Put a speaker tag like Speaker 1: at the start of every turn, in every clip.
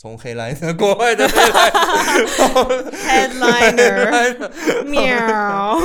Speaker 1: 从黑来的国外的黑来
Speaker 2: headliner 喵。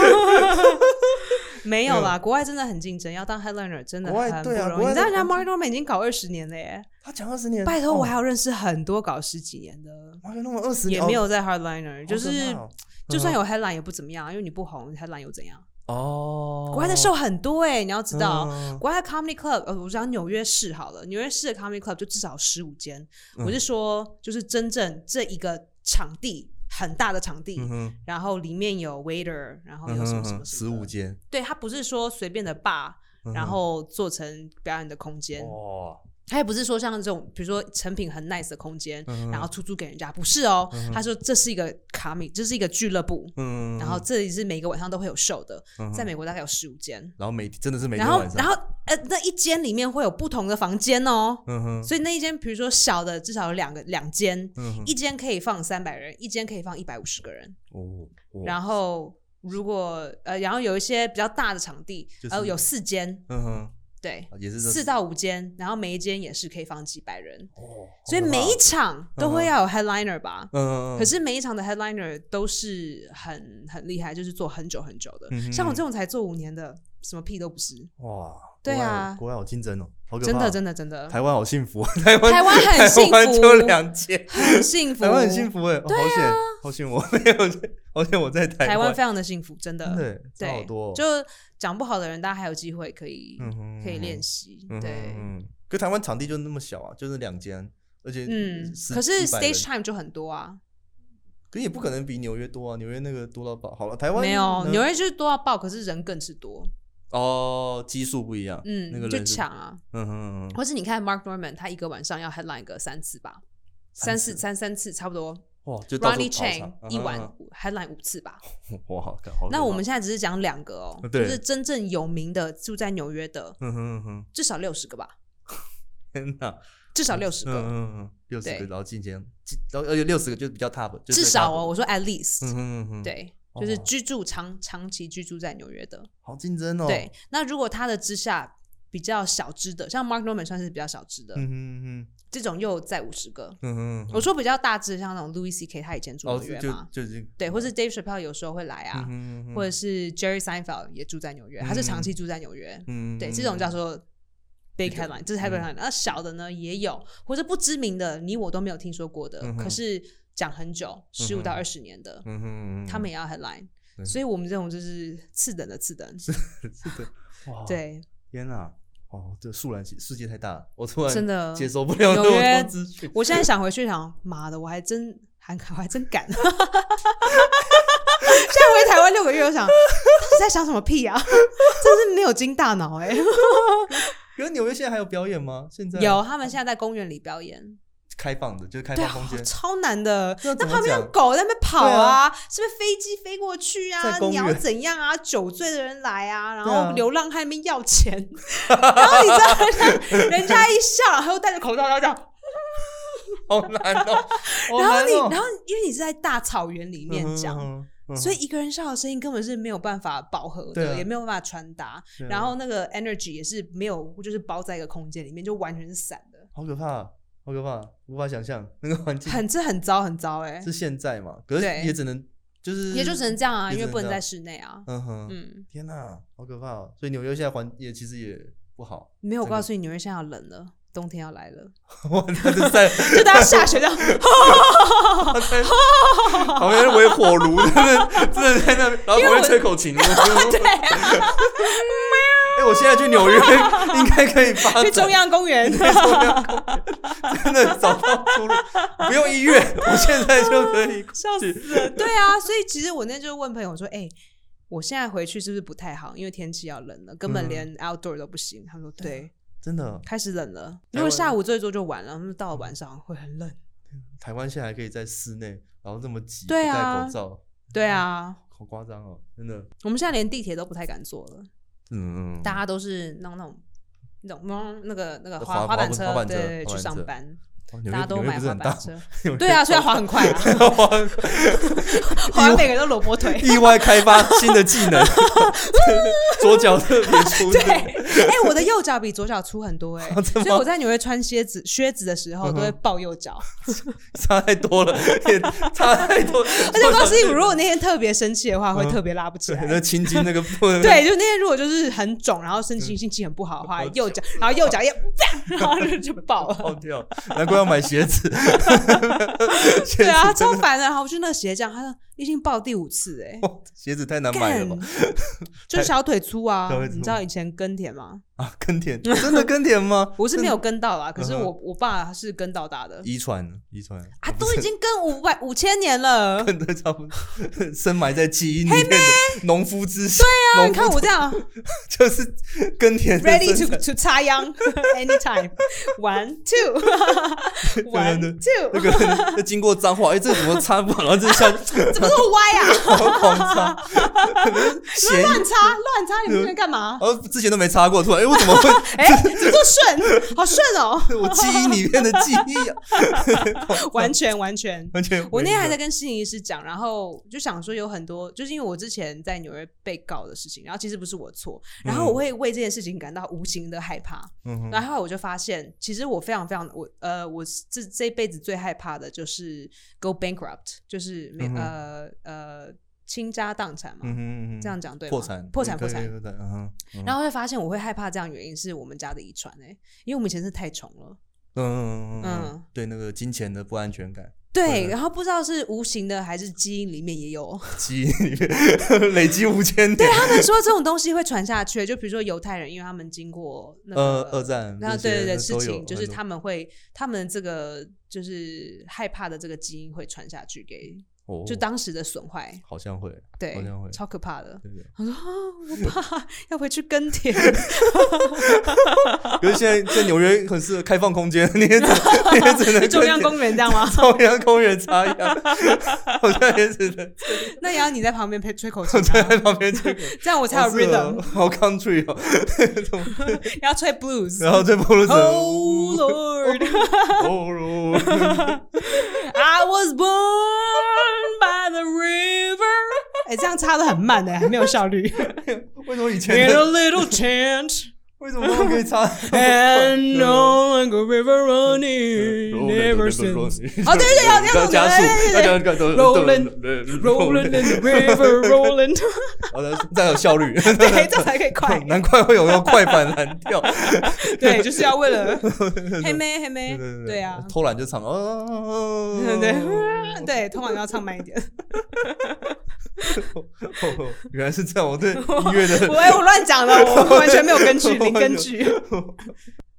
Speaker 2: 没有啦，国外真的很竞争，要当 headliner 真
Speaker 1: 嗯
Speaker 2: 的
Speaker 1: 国外
Speaker 2: 很不
Speaker 1: 对啊
Speaker 2: 容易。
Speaker 1: 国外
Speaker 2: 你知道人
Speaker 1: 的
Speaker 2: 家
Speaker 1: 嗯
Speaker 2: Mark Norman 已经搞二十年了耶，
Speaker 1: 他讲二十年，
Speaker 2: 拜托，我还
Speaker 1: 要
Speaker 2: 要认识很多搞十几年的，
Speaker 1: 完全弄了二哦十
Speaker 2: 也
Speaker 1: 年，
Speaker 2: 没
Speaker 1: 哦，
Speaker 2: 有在 hardliner，就是
Speaker 1: 好可怕哦
Speaker 2: 就算有 headline 也不怎么样，因为你不红，headline 又怎样？
Speaker 1: 哦，
Speaker 2: 国外的 show 很多哎，你要知道，
Speaker 1: 嗯
Speaker 2: 国外的 comedy club，呃，我讲纽约市好了，纽约市的 comedy club 就至少十五间。
Speaker 1: 嗯
Speaker 2: 我是说，就是真正这一个场地很大的场地，
Speaker 1: 嗯哼，
Speaker 2: 然后里面有 waiter，然后
Speaker 1: 嗯
Speaker 2: 有什
Speaker 1: 哼
Speaker 2: 么什
Speaker 1: 哼，
Speaker 2: 么
Speaker 1: 十
Speaker 2: 什么
Speaker 1: 五
Speaker 2: 的。
Speaker 1: 间，
Speaker 2: 对，它不是说随便的 bar，
Speaker 1: 嗯
Speaker 2: 然
Speaker 1: 哼哦
Speaker 2: 后做成表演的空间。
Speaker 1: 哇，
Speaker 2: 它也不是说像这种，比如说成品很 nice 的空间，
Speaker 1: 嗯哼
Speaker 2: 然后出租给人家，不是哦。他说这是一个卡米，这是一个俱乐部。
Speaker 1: 嗯，
Speaker 2: 然后这里是每个晚上都会有 show 的，
Speaker 1: 嗯哼
Speaker 2: 在美国大概有十五间，
Speaker 1: 然后每真的是每天
Speaker 2: 然后
Speaker 1: 晚上，
Speaker 2: 然后呃那一间里面会有不同的房间哦，
Speaker 1: 嗯哼，
Speaker 2: 所以那一间比如说小的至少有两个两间，
Speaker 1: 嗯哼，
Speaker 2: 一间可以放三百人，一间可以放一百五十个人，
Speaker 1: 哦，哦
Speaker 2: 然后。如果呃，然后有一些比较大的场地，
Speaker 1: 就是
Speaker 2: 然后有四间，
Speaker 1: 嗯哼，
Speaker 2: 对，
Speaker 1: 也是这
Speaker 2: 四到五间，然后每一间也是可以放几百人，
Speaker 1: 哦，
Speaker 2: 所以
Speaker 1: 好可怕
Speaker 2: 每一场都会要有 headliner 吧。
Speaker 1: 嗯嗯，嗯
Speaker 2: 可是每一场的 headliner 都是很很厉害，就是做很久很久的。
Speaker 1: 嗯哼
Speaker 2: 像我这种才做五年的，什么屁都不是，
Speaker 1: 哇，
Speaker 2: 对
Speaker 1: 国外
Speaker 2: 啊
Speaker 1: 国外好竞争哦，好可
Speaker 2: 真
Speaker 1: 怕
Speaker 2: 的
Speaker 1: 哦
Speaker 2: 真的真的，
Speaker 1: 台湾好幸福， 台湾
Speaker 2: 嗯台湾很幸福
Speaker 1: 台湾就两间，
Speaker 2: 很幸 福，啊
Speaker 1: 台湾很幸福哎，哦好险，好险我 没有，好险我在台
Speaker 2: 台湾非常的幸福，真的，
Speaker 1: 真的差好
Speaker 2: 对，
Speaker 1: 多哦，
Speaker 2: 就讲不好的人，大家还有机会可以、
Speaker 1: 嗯哼
Speaker 2: 可以练
Speaker 1: 习，
Speaker 2: 习，
Speaker 1: 嗯哼
Speaker 2: 对，嗯。
Speaker 1: 嗯，可台湾场地就那么小啊，就那两间，而且十
Speaker 2: 嗯可是
Speaker 1: 一百人
Speaker 2: stage time 就很多啊，
Speaker 1: 可也不可能比纽约多啊，纽约那个多到爆。好了，台湾
Speaker 2: 没有
Speaker 1: 呢
Speaker 2: 纽约就是多到爆，可是人更是多，
Speaker 1: 哦，基数不一样，
Speaker 2: 嗯，
Speaker 1: 那个
Speaker 2: 就
Speaker 1: 人是
Speaker 2: 抢，啊。
Speaker 1: 嗯哼嗯哼，
Speaker 2: 或是你看 Mark Norman，他一个晚上要 headline 个三次吧，
Speaker 1: 三
Speaker 2: 三
Speaker 1: 次
Speaker 2: 次三三次差不多。
Speaker 1: 哇，就到处
Speaker 2: Ronnie
Speaker 1: 跑
Speaker 2: Chang
Speaker 1: 场嗯
Speaker 2: 一
Speaker 1: 哼
Speaker 2: 晚
Speaker 1: 嗯
Speaker 2: 五 headline 五次吧。
Speaker 1: 哼 哇，好看，好可怕。
Speaker 2: 那我们现在只是讲两个哦，
Speaker 1: 哦
Speaker 2: 就
Speaker 1: 啊对
Speaker 2: 是真正有名的住在纽约的，
Speaker 1: 嗯哼嗯哼，
Speaker 2: 至少六十个吧，
Speaker 1: 天哪，
Speaker 2: 至少六十
Speaker 1: 嗯
Speaker 2: 个。
Speaker 1: 嗯嗯，六十
Speaker 2: 对
Speaker 1: 个，然后进阶，进然后而且六十个就比较 top，就是
Speaker 2: 至
Speaker 1: top
Speaker 2: 少哦，，我说 at least，、
Speaker 1: 嗯哼嗯哼，，
Speaker 2: 对，就是
Speaker 1: 哦
Speaker 2: 居住长长期居住在纽约的。
Speaker 1: 好竞争哦，
Speaker 2: 对，，那如果他的之下比较小只的，像 Mark Norman 算是比较小只的，
Speaker 1: 嗯哼嗯
Speaker 2: 这种又在五十个。
Speaker 1: 哼嗯哼，
Speaker 2: 我说比较大只，像那种 Louis C.K. 他以前住
Speaker 1: 哦
Speaker 2: 纽约
Speaker 1: 就
Speaker 2: 嘛，
Speaker 1: 就是
Speaker 2: 对，或是 Dave Chappelle 有时候会来啊，
Speaker 1: 嗯哼
Speaker 2: 或者是 Jerry Seinfeld 也住在纽约，他是长期住在纽约。
Speaker 1: 嗯
Speaker 2: 对，这种叫做 big
Speaker 1: 较
Speaker 2: headline，这是 headline。那小的呢也有，或者不知名的，你我都没有听说过的，
Speaker 1: 嗯哼
Speaker 2: 可是讲很久，十五
Speaker 1: 嗯哼
Speaker 2: 到二十年的，
Speaker 1: 嗯哼嗯哼，
Speaker 2: 他们也要 headline
Speaker 1: 对。
Speaker 2: 所以我们这种就是次等的次等，
Speaker 1: 是哦的， 哇，，
Speaker 2: 对，
Speaker 1: 天哪，哦，这肃然起世界太大了，我突然
Speaker 2: 真 的
Speaker 1: 接受不了那
Speaker 2: 纽
Speaker 1: 么
Speaker 2: 约
Speaker 1: 多资讯，
Speaker 2: 我现在想回去想，妈的，我还真还我还真敢。现 在回台湾六个月，我想当时在想什么屁啊， 真是没有经大脑哎、
Speaker 1: 可是纽约现在还有表演吗？现在
Speaker 2: 有，他们现在在公园里表演，
Speaker 1: 开放的，就是开
Speaker 2: 对
Speaker 1: 放
Speaker 2: 啊
Speaker 1: 空间，，
Speaker 2: 超难的。
Speaker 1: 那
Speaker 2: 那
Speaker 1: 怎么
Speaker 2: 旁边有
Speaker 1: 讲
Speaker 2: 狗在那边跑啊，是不是飞机飞过去
Speaker 1: 在
Speaker 2: 啊？
Speaker 1: 公
Speaker 2: 你
Speaker 1: 园
Speaker 2: 要怎样啊？酒醉的人来啊，然
Speaker 1: 对啊
Speaker 2: 后流浪汉那边要钱， 然后你知道人家人家一笑，然后又戴着口罩，然后这样。
Speaker 1: 好难哦，
Speaker 2: 然后你，然
Speaker 1: 后
Speaker 2: 后因为你是在大草原里面
Speaker 1: 嗯
Speaker 2: 讲，所以一个人笑的声音根本是没有办法饱和
Speaker 1: 对
Speaker 2: 的，
Speaker 1: 啊
Speaker 2: 也没有办法传达，
Speaker 1: 对啊
Speaker 2: 然后那个 energy 也是没有，就是包在一个空间里面，就完全是散的，
Speaker 1: 好可怕，啊好可怕，无法想象那个环境
Speaker 2: 很这很糟很糟哎、
Speaker 1: 是现在嘛，可是
Speaker 2: 对
Speaker 1: 也只能就是
Speaker 2: 也就只能这样啊，
Speaker 1: 也
Speaker 2: 因
Speaker 1: 只
Speaker 2: 为不能
Speaker 1: 这样
Speaker 2: 在室内啊，
Speaker 1: 嗯哼，
Speaker 2: 嗯，
Speaker 1: 天哪，好可怕哦！所以纽约现在环也其实也不好，
Speaker 2: 没有
Speaker 1: 真的
Speaker 2: 告诉你纽约现在要冷了，冬天要来了，
Speaker 1: 我他是在
Speaker 2: 就大家下雪 这样，哦
Speaker 1: 他在 旁边围火炉，真的真的在那边，然后旁边吹口琴。
Speaker 2: 对
Speaker 1: 哎，
Speaker 2: 啊，
Speaker 1: 我现在去纽约应该可以发
Speaker 2: 去中
Speaker 1: 展。
Speaker 2: 央公 园，
Speaker 1: 真的找到出路，不用医院，我现在就可以
Speaker 2: 笑死了，对啊，所以其实我那就问朋友说，哎、我现在回去是不是不太好？因为天气要冷了，根本
Speaker 1: 嗯啊
Speaker 2: 连 outdoor 都不行。他说对，
Speaker 1: 真的，
Speaker 2: 开始冷了。
Speaker 1: 台
Speaker 2: 如果
Speaker 1: 湾
Speaker 2: 下午坐一坐就晚了，那到了
Speaker 1: 嗯
Speaker 2: 晚上会很冷。
Speaker 1: 台湾现在还可以在室内，然后那么挤，
Speaker 2: 对
Speaker 1: 不戴
Speaker 2: 啊
Speaker 1: 口罩，
Speaker 2: 对啊，
Speaker 1: 好夸张哦，真的。
Speaker 2: 我们现在连地铁都不太敢坐了，
Speaker 1: 嗯
Speaker 2: 大家都是弄那种那种那种那个那个
Speaker 1: 滑
Speaker 2: 滑板车，
Speaker 1: 滑板车
Speaker 2: 对
Speaker 1: 滑
Speaker 2: 对对
Speaker 1: 板
Speaker 2: 去
Speaker 1: 车
Speaker 2: 上班。
Speaker 1: 哦纽约
Speaker 2: 大家都
Speaker 1: 纽约
Speaker 2: 买
Speaker 1: 不是
Speaker 2: 滑
Speaker 1: 很
Speaker 2: 板
Speaker 1: 大，
Speaker 2: 车，
Speaker 1: 纽约
Speaker 2: 对啊，所以要滑很快啊，滑完每个人都萝卜 腿。
Speaker 1: 意外开发新的技能， 左脚特别粗。
Speaker 2: 对，哎、我的右脚比左脚粗很 多哎、
Speaker 1: 啊真的
Speaker 2: 所
Speaker 1: 吗
Speaker 2: 以我在纽约穿靴子靴子的时候
Speaker 1: 嗯哼
Speaker 2: 都会抱右脚。
Speaker 1: 差太多了，也差太多。而
Speaker 2: 而且高师傅，如果那天特别生气的话，会
Speaker 1: 嗯
Speaker 2: 特别拉不 起
Speaker 1: 对
Speaker 2: 来。
Speaker 1: 那青筋那 个部分，
Speaker 2: 对，就那天如果就是很肿，然后身体心情很不好的话，
Speaker 1: 嗯
Speaker 2: 右脚，然后右脚也， 然后就就爆了。
Speaker 1: 爆掉，难怪要买鞋 子。
Speaker 2: 对啊， 超烦的。然后我去那个鞋匠，他说已经爆第五次哎、
Speaker 1: 哇鞋子太难 买了
Speaker 2: 干
Speaker 1: 吧？，
Speaker 2: 就是小腿粗啊
Speaker 1: 小腿！粗
Speaker 2: 你知道以前耕田吗？
Speaker 1: 啊，耕田真的耕田 吗？
Speaker 2: 我是没有耕 到啦，可是
Speaker 1: 嗯哼
Speaker 2: 我我爸是耕到 大的
Speaker 1: 遗传，遗传
Speaker 2: 啊，都已经耕五百五千年 了。
Speaker 1: 真的差不多，深埋在基因里面的农夫之心。对
Speaker 2: 啊，你看我这样
Speaker 1: 就是耕田的
Speaker 2: ready
Speaker 1: 身
Speaker 2: to
Speaker 1: 材
Speaker 2: to 插秧 anytime one two
Speaker 1: 对
Speaker 2: one
Speaker 1: 对
Speaker 2: two，
Speaker 1: 那个经过脏话，哎，这怎么插不好？然后这下
Speaker 2: 怎么这么歪啊？
Speaker 1: 好狂插，可能
Speaker 2: 你们
Speaker 1: 嫌疑。
Speaker 2: 乱插乱插，你们在那 干嘛？
Speaker 1: 哦，之前都没插过，突然，哎，我怎么会？
Speaker 2: 哎，怎么这么顺？好顺哦，
Speaker 1: 我记忆里面的记忆啊，
Speaker 2: 完全完全。
Speaker 1: 完全。
Speaker 2: 我那天还在跟心理医师讲，然后就想说有很多，就是因为我之前在纽约被告的事情，然后其实不是我错，然后我会为这件事情感到无形的害怕。
Speaker 1: 嗯哼，
Speaker 2: 然后后来我就发现，其实我非常非常我呃，我这这辈子最害怕的就是 go bankrupt，就是没、
Speaker 1: 嗯哼
Speaker 2: 呃呃倾家荡产嘛，
Speaker 1: 嗯哼嗯哼，
Speaker 2: 这样讲对吗？
Speaker 1: 破产，
Speaker 2: 破产破
Speaker 1: 可以
Speaker 2: 产。
Speaker 1: 破产，嗯哼，嗯
Speaker 2: 然后会发现我会害怕这样，原因是我们家的遗传哎，因为我们以前是太穷了。
Speaker 1: 嗯嗯嗯嗯
Speaker 2: 嗯，
Speaker 1: 对那个金钱的不安全感，对
Speaker 2: 对，然后不知道是无形的还是基因里面也有，
Speaker 1: 基因里面累积五千年，
Speaker 2: 他们说这种东西会传下去，就比如说犹太人，因为他们经过那
Speaker 1: 呃
Speaker 2: 个，
Speaker 1: 二战
Speaker 2: 啊然后
Speaker 1: 这
Speaker 2: 对
Speaker 1: 些
Speaker 2: 对对
Speaker 1: 都
Speaker 2: 事情，
Speaker 1: 有
Speaker 2: 就是
Speaker 1: 很多
Speaker 2: 他们会，他们这个就是害怕的这个基因会传下去给，
Speaker 1: 哦
Speaker 2: 就当时的损坏，
Speaker 1: 好像会，
Speaker 2: 对
Speaker 1: 好像会，，
Speaker 2: 超可怕的。
Speaker 1: 对 对。
Speaker 2: 我说啊，我怕要回去 耕田，
Speaker 1: 可是现在在纽约很适合开放空间，你也只你也只 能
Speaker 2: 中央公园这 样吗？
Speaker 1: 中央公园插秧，好像也只能
Speaker 2: 那也要你在旁边吹吹口琴、 啊，
Speaker 1: 在旁边吹。
Speaker 2: 这样我才有
Speaker 1: 好适合
Speaker 2: rhythm。
Speaker 1: 好 country 哦，
Speaker 2: 你要吹 blues。
Speaker 1: 然后在布鲁斯，
Speaker 2: Oh Lord,
Speaker 1: 哦
Speaker 2: I was born by the river。哎，这样插的很慢的，还没有效率。
Speaker 1: 为什么以前
Speaker 2: In a
Speaker 1: 的
Speaker 2: little tent
Speaker 1: 为什么他们可以插
Speaker 2: and no one could river running ever since. 哦，对对对，要要
Speaker 1: 要加速，要加速
Speaker 2: ，rolling in the river, rolling，
Speaker 1: 好的，这样有效率，。
Speaker 2: 对，这才可以快
Speaker 1: 难怪会有那种快板蓝调，
Speaker 2: 对，就是要为了黑妹黑妹
Speaker 1: 对，对
Speaker 2: 对啊，
Speaker 1: 偷懒就唱哦，
Speaker 2: 对对对，通常要唱慢一点。
Speaker 1: 哦原来是这样，我对音乐的
Speaker 2: 我我乱讲的，我完全没有根据，零根据。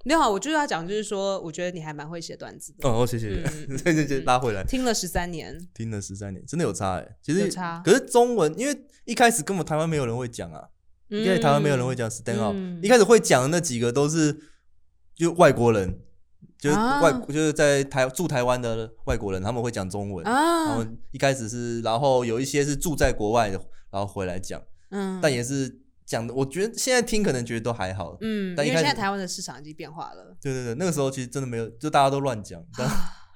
Speaker 2: 没有啊，我就是要讲，就是说，我觉得你还蛮会写段子的，
Speaker 1: 哦，谢谢，
Speaker 2: 嗯
Speaker 1: 谢谢谢谢拉回来，
Speaker 2: 听了十三年，
Speaker 1: 听了十三年，真的有差哎，其实
Speaker 2: 有差欸
Speaker 1: 可是中文，因为一开始根本台湾没有人会讲啊，因为台湾没有人会讲 stand up，、
Speaker 2: 嗯
Speaker 1: 一开始会讲的那几个都是就外国人，就是
Speaker 2: 啊
Speaker 1: 外、就是在台住台湾的外国人，他们会讲中文。然后
Speaker 2: 啊，
Speaker 1: 一开始是，然后有一些是住在国外的，然后回来讲，
Speaker 2: 嗯
Speaker 1: 但也是讲的。我觉得现在听可能觉得都还好。
Speaker 2: 嗯，因
Speaker 1: 但
Speaker 2: 为
Speaker 1: 一开
Speaker 2: 现
Speaker 1: 始
Speaker 2: 在台湾的市场已经变化了。
Speaker 1: 对对对，那个时候其实真的没有，就大家都乱讲。但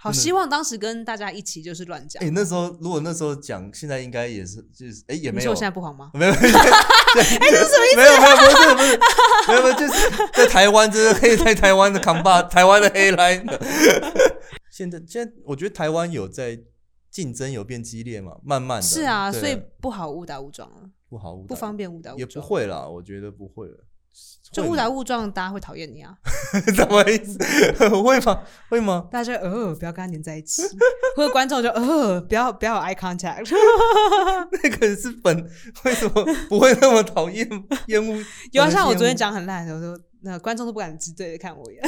Speaker 2: 好希望当时跟大家一起就是乱讲。
Speaker 1: 哎、那时候如果那时候讲，现在应该也是就是哎、也
Speaker 2: 你
Speaker 1: 没
Speaker 2: 说
Speaker 1: 有
Speaker 2: 我现在不黄吗？
Speaker 1: 没有，哎，这是什么意思？没有没有不是不是，没有没有就是在台湾，就是黑在台湾的扛把，台湾的黑 line 的。现在现在我觉得台湾有在竞争有变激烈嘛，慢慢的
Speaker 2: 是啊，
Speaker 1: 对
Speaker 2: 所以不好误打误撞了，
Speaker 1: 不好
Speaker 2: 不方便误打误
Speaker 1: 也不
Speaker 2: 撞。
Speaker 1: 会啦，我觉得不会了。
Speaker 2: 就
Speaker 1: 会
Speaker 2: 误
Speaker 1: 吗
Speaker 2: 打误撞，大家会讨厌你啊！
Speaker 1: 什么意思？ 会吗？会吗？
Speaker 2: 大家就呃不要跟他黏在一起， 或者观众就呃不要不要有 eye contact，
Speaker 1: 那个是本为什么不会那么讨厌厌恶？
Speaker 2: 有啊，像我昨天
Speaker 1: 讲。
Speaker 2: 讲很烂的时候，那观众都不敢直对着看我一眼，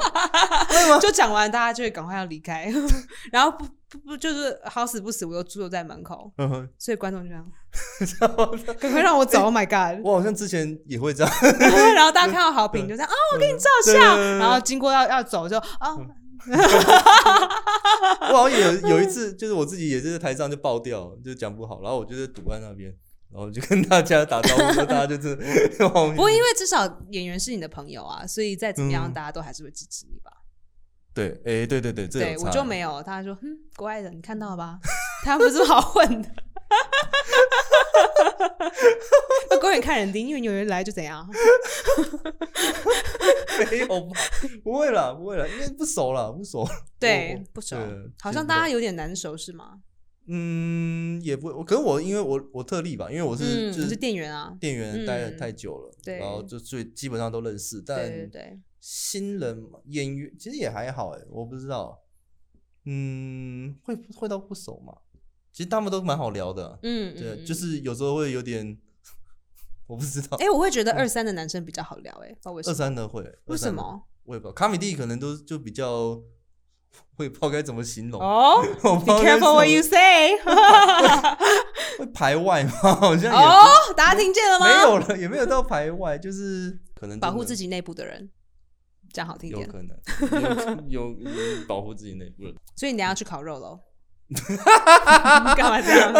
Speaker 2: 就讲完大家就会赶快要离开， 然后不不不就是好死不死我又驻留在门口，
Speaker 1: 嗯哼
Speaker 2: 所以观众就这样，赶快让我走，Oh my god！
Speaker 1: 我好像之前也会这样，
Speaker 2: 然后大家看到好评就这样啊，我给你照相，
Speaker 1: 对嗯
Speaker 2: 然后经过要要走就啊，
Speaker 1: 我好像有有一次，就是我自己也是在台上就爆掉，就讲不好，然后我就是堵在那边，然后就跟大家打招呼，说大家就是 嗯
Speaker 2: 不过因为至少演员是你的朋友啊，所以再怎么样大家都还是会支持你吧。
Speaker 1: 对，哎、对对对，这有
Speaker 2: 对我
Speaker 1: 差
Speaker 2: 就没有，他说，嗯，国外人你看到了吧， 他不是好混的。 那狗眼看人低，因为有人来就 怎样？
Speaker 1: 没有吧，不会啦，不会啦，因为不熟啦，不熟。我
Speaker 2: 对
Speaker 1: 我，
Speaker 2: 不熟
Speaker 1: 哦对，其
Speaker 2: 好
Speaker 1: 实
Speaker 2: 像
Speaker 1: 不
Speaker 2: 大
Speaker 1: 熟
Speaker 2: 家有点难熟是吗？
Speaker 1: 嗯，也不会，可是我因为我我特例吧，因为我是、
Speaker 2: 嗯，
Speaker 1: 就
Speaker 2: 你是
Speaker 1: 是
Speaker 2: 店员啊，
Speaker 1: 店员待
Speaker 2: 嗯
Speaker 1: 的太久了，
Speaker 2: 对
Speaker 1: 然后就所以基本上都认识，
Speaker 2: 对对
Speaker 1: 但
Speaker 2: 对，
Speaker 1: 新人嘛演员其实也还好哎、我不知道，嗯，会会到不熟嘛？其实他们都蛮好聊的，
Speaker 2: 嗯，
Speaker 1: 对，
Speaker 2: 嗯
Speaker 1: 就。
Speaker 2: 嗯
Speaker 1: 是有时候会有点，我不知道，
Speaker 2: 哎、我会觉得二三的男生比较好聊、哎，不知道为什
Speaker 1: 二
Speaker 2: 么？
Speaker 1: 三的会，
Speaker 2: 为
Speaker 1: 嗯二三的
Speaker 2: 什么？
Speaker 1: 我也不知道，卡米蒂可能都就比较，我也不知道该怎么形容，
Speaker 2: 哦、
Speaker 1: 我
Speaker 2: b
Speaker 1: 不
Speaker 2: e
Speaker 1: 知道该
Speaker 2: careful
Speaker 1: 怎
Speaker 2: what
Speaker 1: 么
Speaker 2: you say！
Speaker 1: 会排外吗？好像也不
Speaker 2: 哦大家听见了吗？
Speaker 1: 没有了，也没有到排外，就是可能
Speaker 2: 保护自
Speaker 1: 己，
Speaker 2: 己内部的人，讲好听一
Speaker 1: 有
Speaker 2: 点。
Speaker 1: 可能有有有保护自己内部人。
Speaker 2: 所以你等一下要去烤肉 喽？干嘛这样？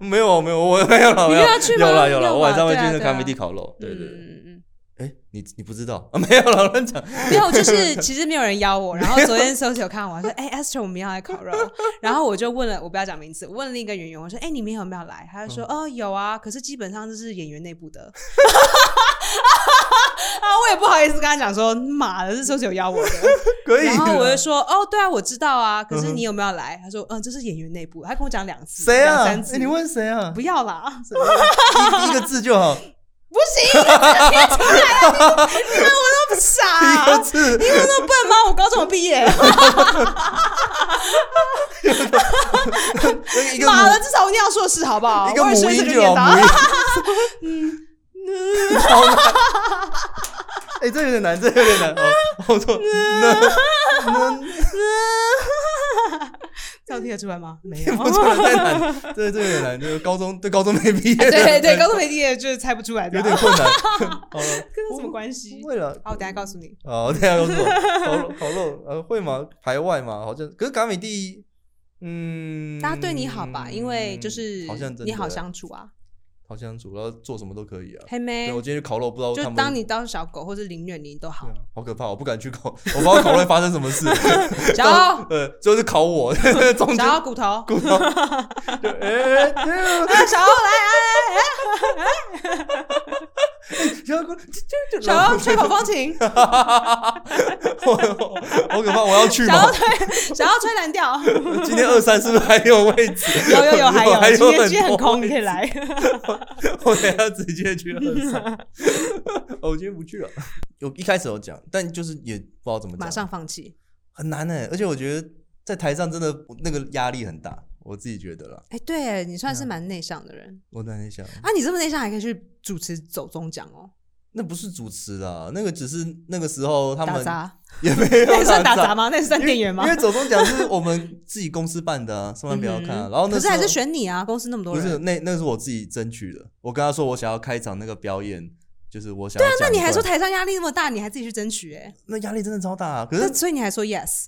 Speaker 1: 没有没有，我没有了，
Speaker 2: 你
Speaker 1: 没有
Speaker 2: 又要去吗
Speaker 1: 有了有了，
Speaker 2: 要吧
Speaker 1: 我晚上会去
Speaker 2: 对啊
Speaker 1: 那个
Speaker 2: 对啊
Speaker 1: 咖啡地烤肉。对对对，
Speaker 2: 嗯嗯
Speaker 1: 哎，你你不知道啊？没有了，乱讲。
Speaker 2: 嗯，没有，就是其实没有人邀我。然后昨天 s o c i a 看我说：“哎、a s t r o 我们要来烤肉。” 然后我就问了，我不要讲名字，问了一个演员，我说：“哎、你们有没有来？”他就说：“
Speaker 1: 嗯
Speaker 2: 哦，有啊，可是基本上就是演员内部的。” 啊，我也不好意思跟他讲说，妈的，是 s o c i a 邀我的。
Speaker 1: 可以啦。
Speaker 2: 然后我就说，哦，对啊，我知道啊，可是你有没有来？他说，嗯，这是演员内部。他跟我讲两次，
Speaker 1: 谁
Speaker 2: 两
Speaker 1: 啊？
Speaker 2: 三次。
Speaker 1: 哎你问谁啊？
Speaker 2: 不要啦，
Speaker 1: 一一个字就好，
Speaker 2: 不行，你这个听出来啊你你让我那么
Speaker 1: 一个
Speaker 2: 傻，
Speaker 1: 字。
Speaker 2: 你有那么笨吗？我高中有毕业，
Speaker 1: 一个
Speaker 2: 妈
Speaker 1: 母
Speaker 2: 的，至少我念到硕士好不好？
Speaker 1: 一个
Speaker 2: 我也
Speaker 1: 母
Speaker 2: 顺
Speaker 1: 音
Speaker 2: 着
Speaker 1: 就
Speaker 2: 念
Speaker 1: 好，
Speaker 2: 到
Speaker 1: 母音。嗯，好难。哎，这有点难，这有点难。哦我错。呢呢
Speaker 2: 这样听得出来吗？没有。
Speaker 1: 不错了，太难，这这有点难，就是高中对高中没毕业的，
Speaker 2: 对对，高中没毕业就是猜不出来的，
Speaker 1: 有
Speaker 2: 跟
Speaker 1: 点困难。好了，
Speaker 2: 这什么关系？
Speaker 1: 为了
Speaker 2: 好，我等一下告诉你。
Speaker 1: 哦，等一下告诉我，烤肉烤肉呃会吗？排外吗？好像可是嘎美蒂，嗯，
Speaker 2: 大家对你好吧，因为就是
Speaker 1: 好像真的
Speaker 2: 你好相处啊，
Speaker 1: 好相处，然后做什么都可以啊。对，
Speaker 2: 黑妹
Speaker 1: 我，今天去烤肉，不知道他
Speaker 2: 就
Speaker 1: 们
Speaker 2: 当你当小狗或是凌虐你都好
Speaker 1: 对。啊好可怕，我不敢去烤， 我不知道烤肉会发生什么 事。
Speaker 2: 小欧，
Speaker 1: 呃，就是烤我， 中间
Speaker 2: 小欧骨头，
Speaker 1: 骨头，就哎，对
Speaker 2: 啊，小欧来，
Speaker 1: 小 骨就就就
Speaker 2: 小欧吹口风琴，
Speaker 1: 我我好可怕，我要去
Speaker 2: 小
Speaker 1: 吗
Speaker 2: 欧？吹，小欧吹蓝调。
Speaker 1: 今天二三是不是还有位置？
Speaker 2: 有有有， 还
Speaker 1: 还
Speaker 2: 有，今天
Speaker 1: 很
Speaker 2: 今天很
Speaker 1: 多
Speaker 2: 空，你
Speaker 1: 位
Speaker 2: 可以
Speaker 1: 置。
Speaker 2: 来。
Speaker 1: 我等一下直接去二 三。哦，我今天不去了。有一开始有讲，但就是也不知道怎么讲，
Speaker 2: 马上放弃。
Speaker 1: 很难哎、而且我觉得在台上真的那个压力很大，我自己觉得啦。
Speaker 2: 哎，对你
Speaker 1: 嗯
Speaker 2: 算是蛮内向的人
Speaker 1: 我在想，
Speaker 2: 啊，你这么内向还可以去主持走中奖哦，
Speaker 1: 那不是主持啦，那个只是那个时候他
Speaker 2: 打
Speaker 1: 们
Speaker 2: 杂，
Speaker 1: 也没有
Speaker 2: 那 也算打
Speaker 1: 杂
Speaker 2: 杂吗？那也算店员吗嗯
Speaker 1: 因为？走中奖是我们自己公司办的、啊，上万不要看、啊。然后那
Speaker 2: 可
Speaker 1: 时
Speaker 2: 是
Speaker 1: 候
Speaker 2: 还是选你啊，公司那么多
Speaker 1: 不是
Speaker 2: 人，
Speaker 1: 那那是我自己争取的。我跟他说我想要开场那个表演，就是我想要讲一
Speaker 2: 啊那
Speaker 1: 段。
Speaker 2: 你还说台上压力那么大，你还自己去争取哎，
Speaker 1: 那压力真的超大、啊。可
Speaker 2: 那
Speaker 1: 是
Speaker 2: 所以你还说 yes，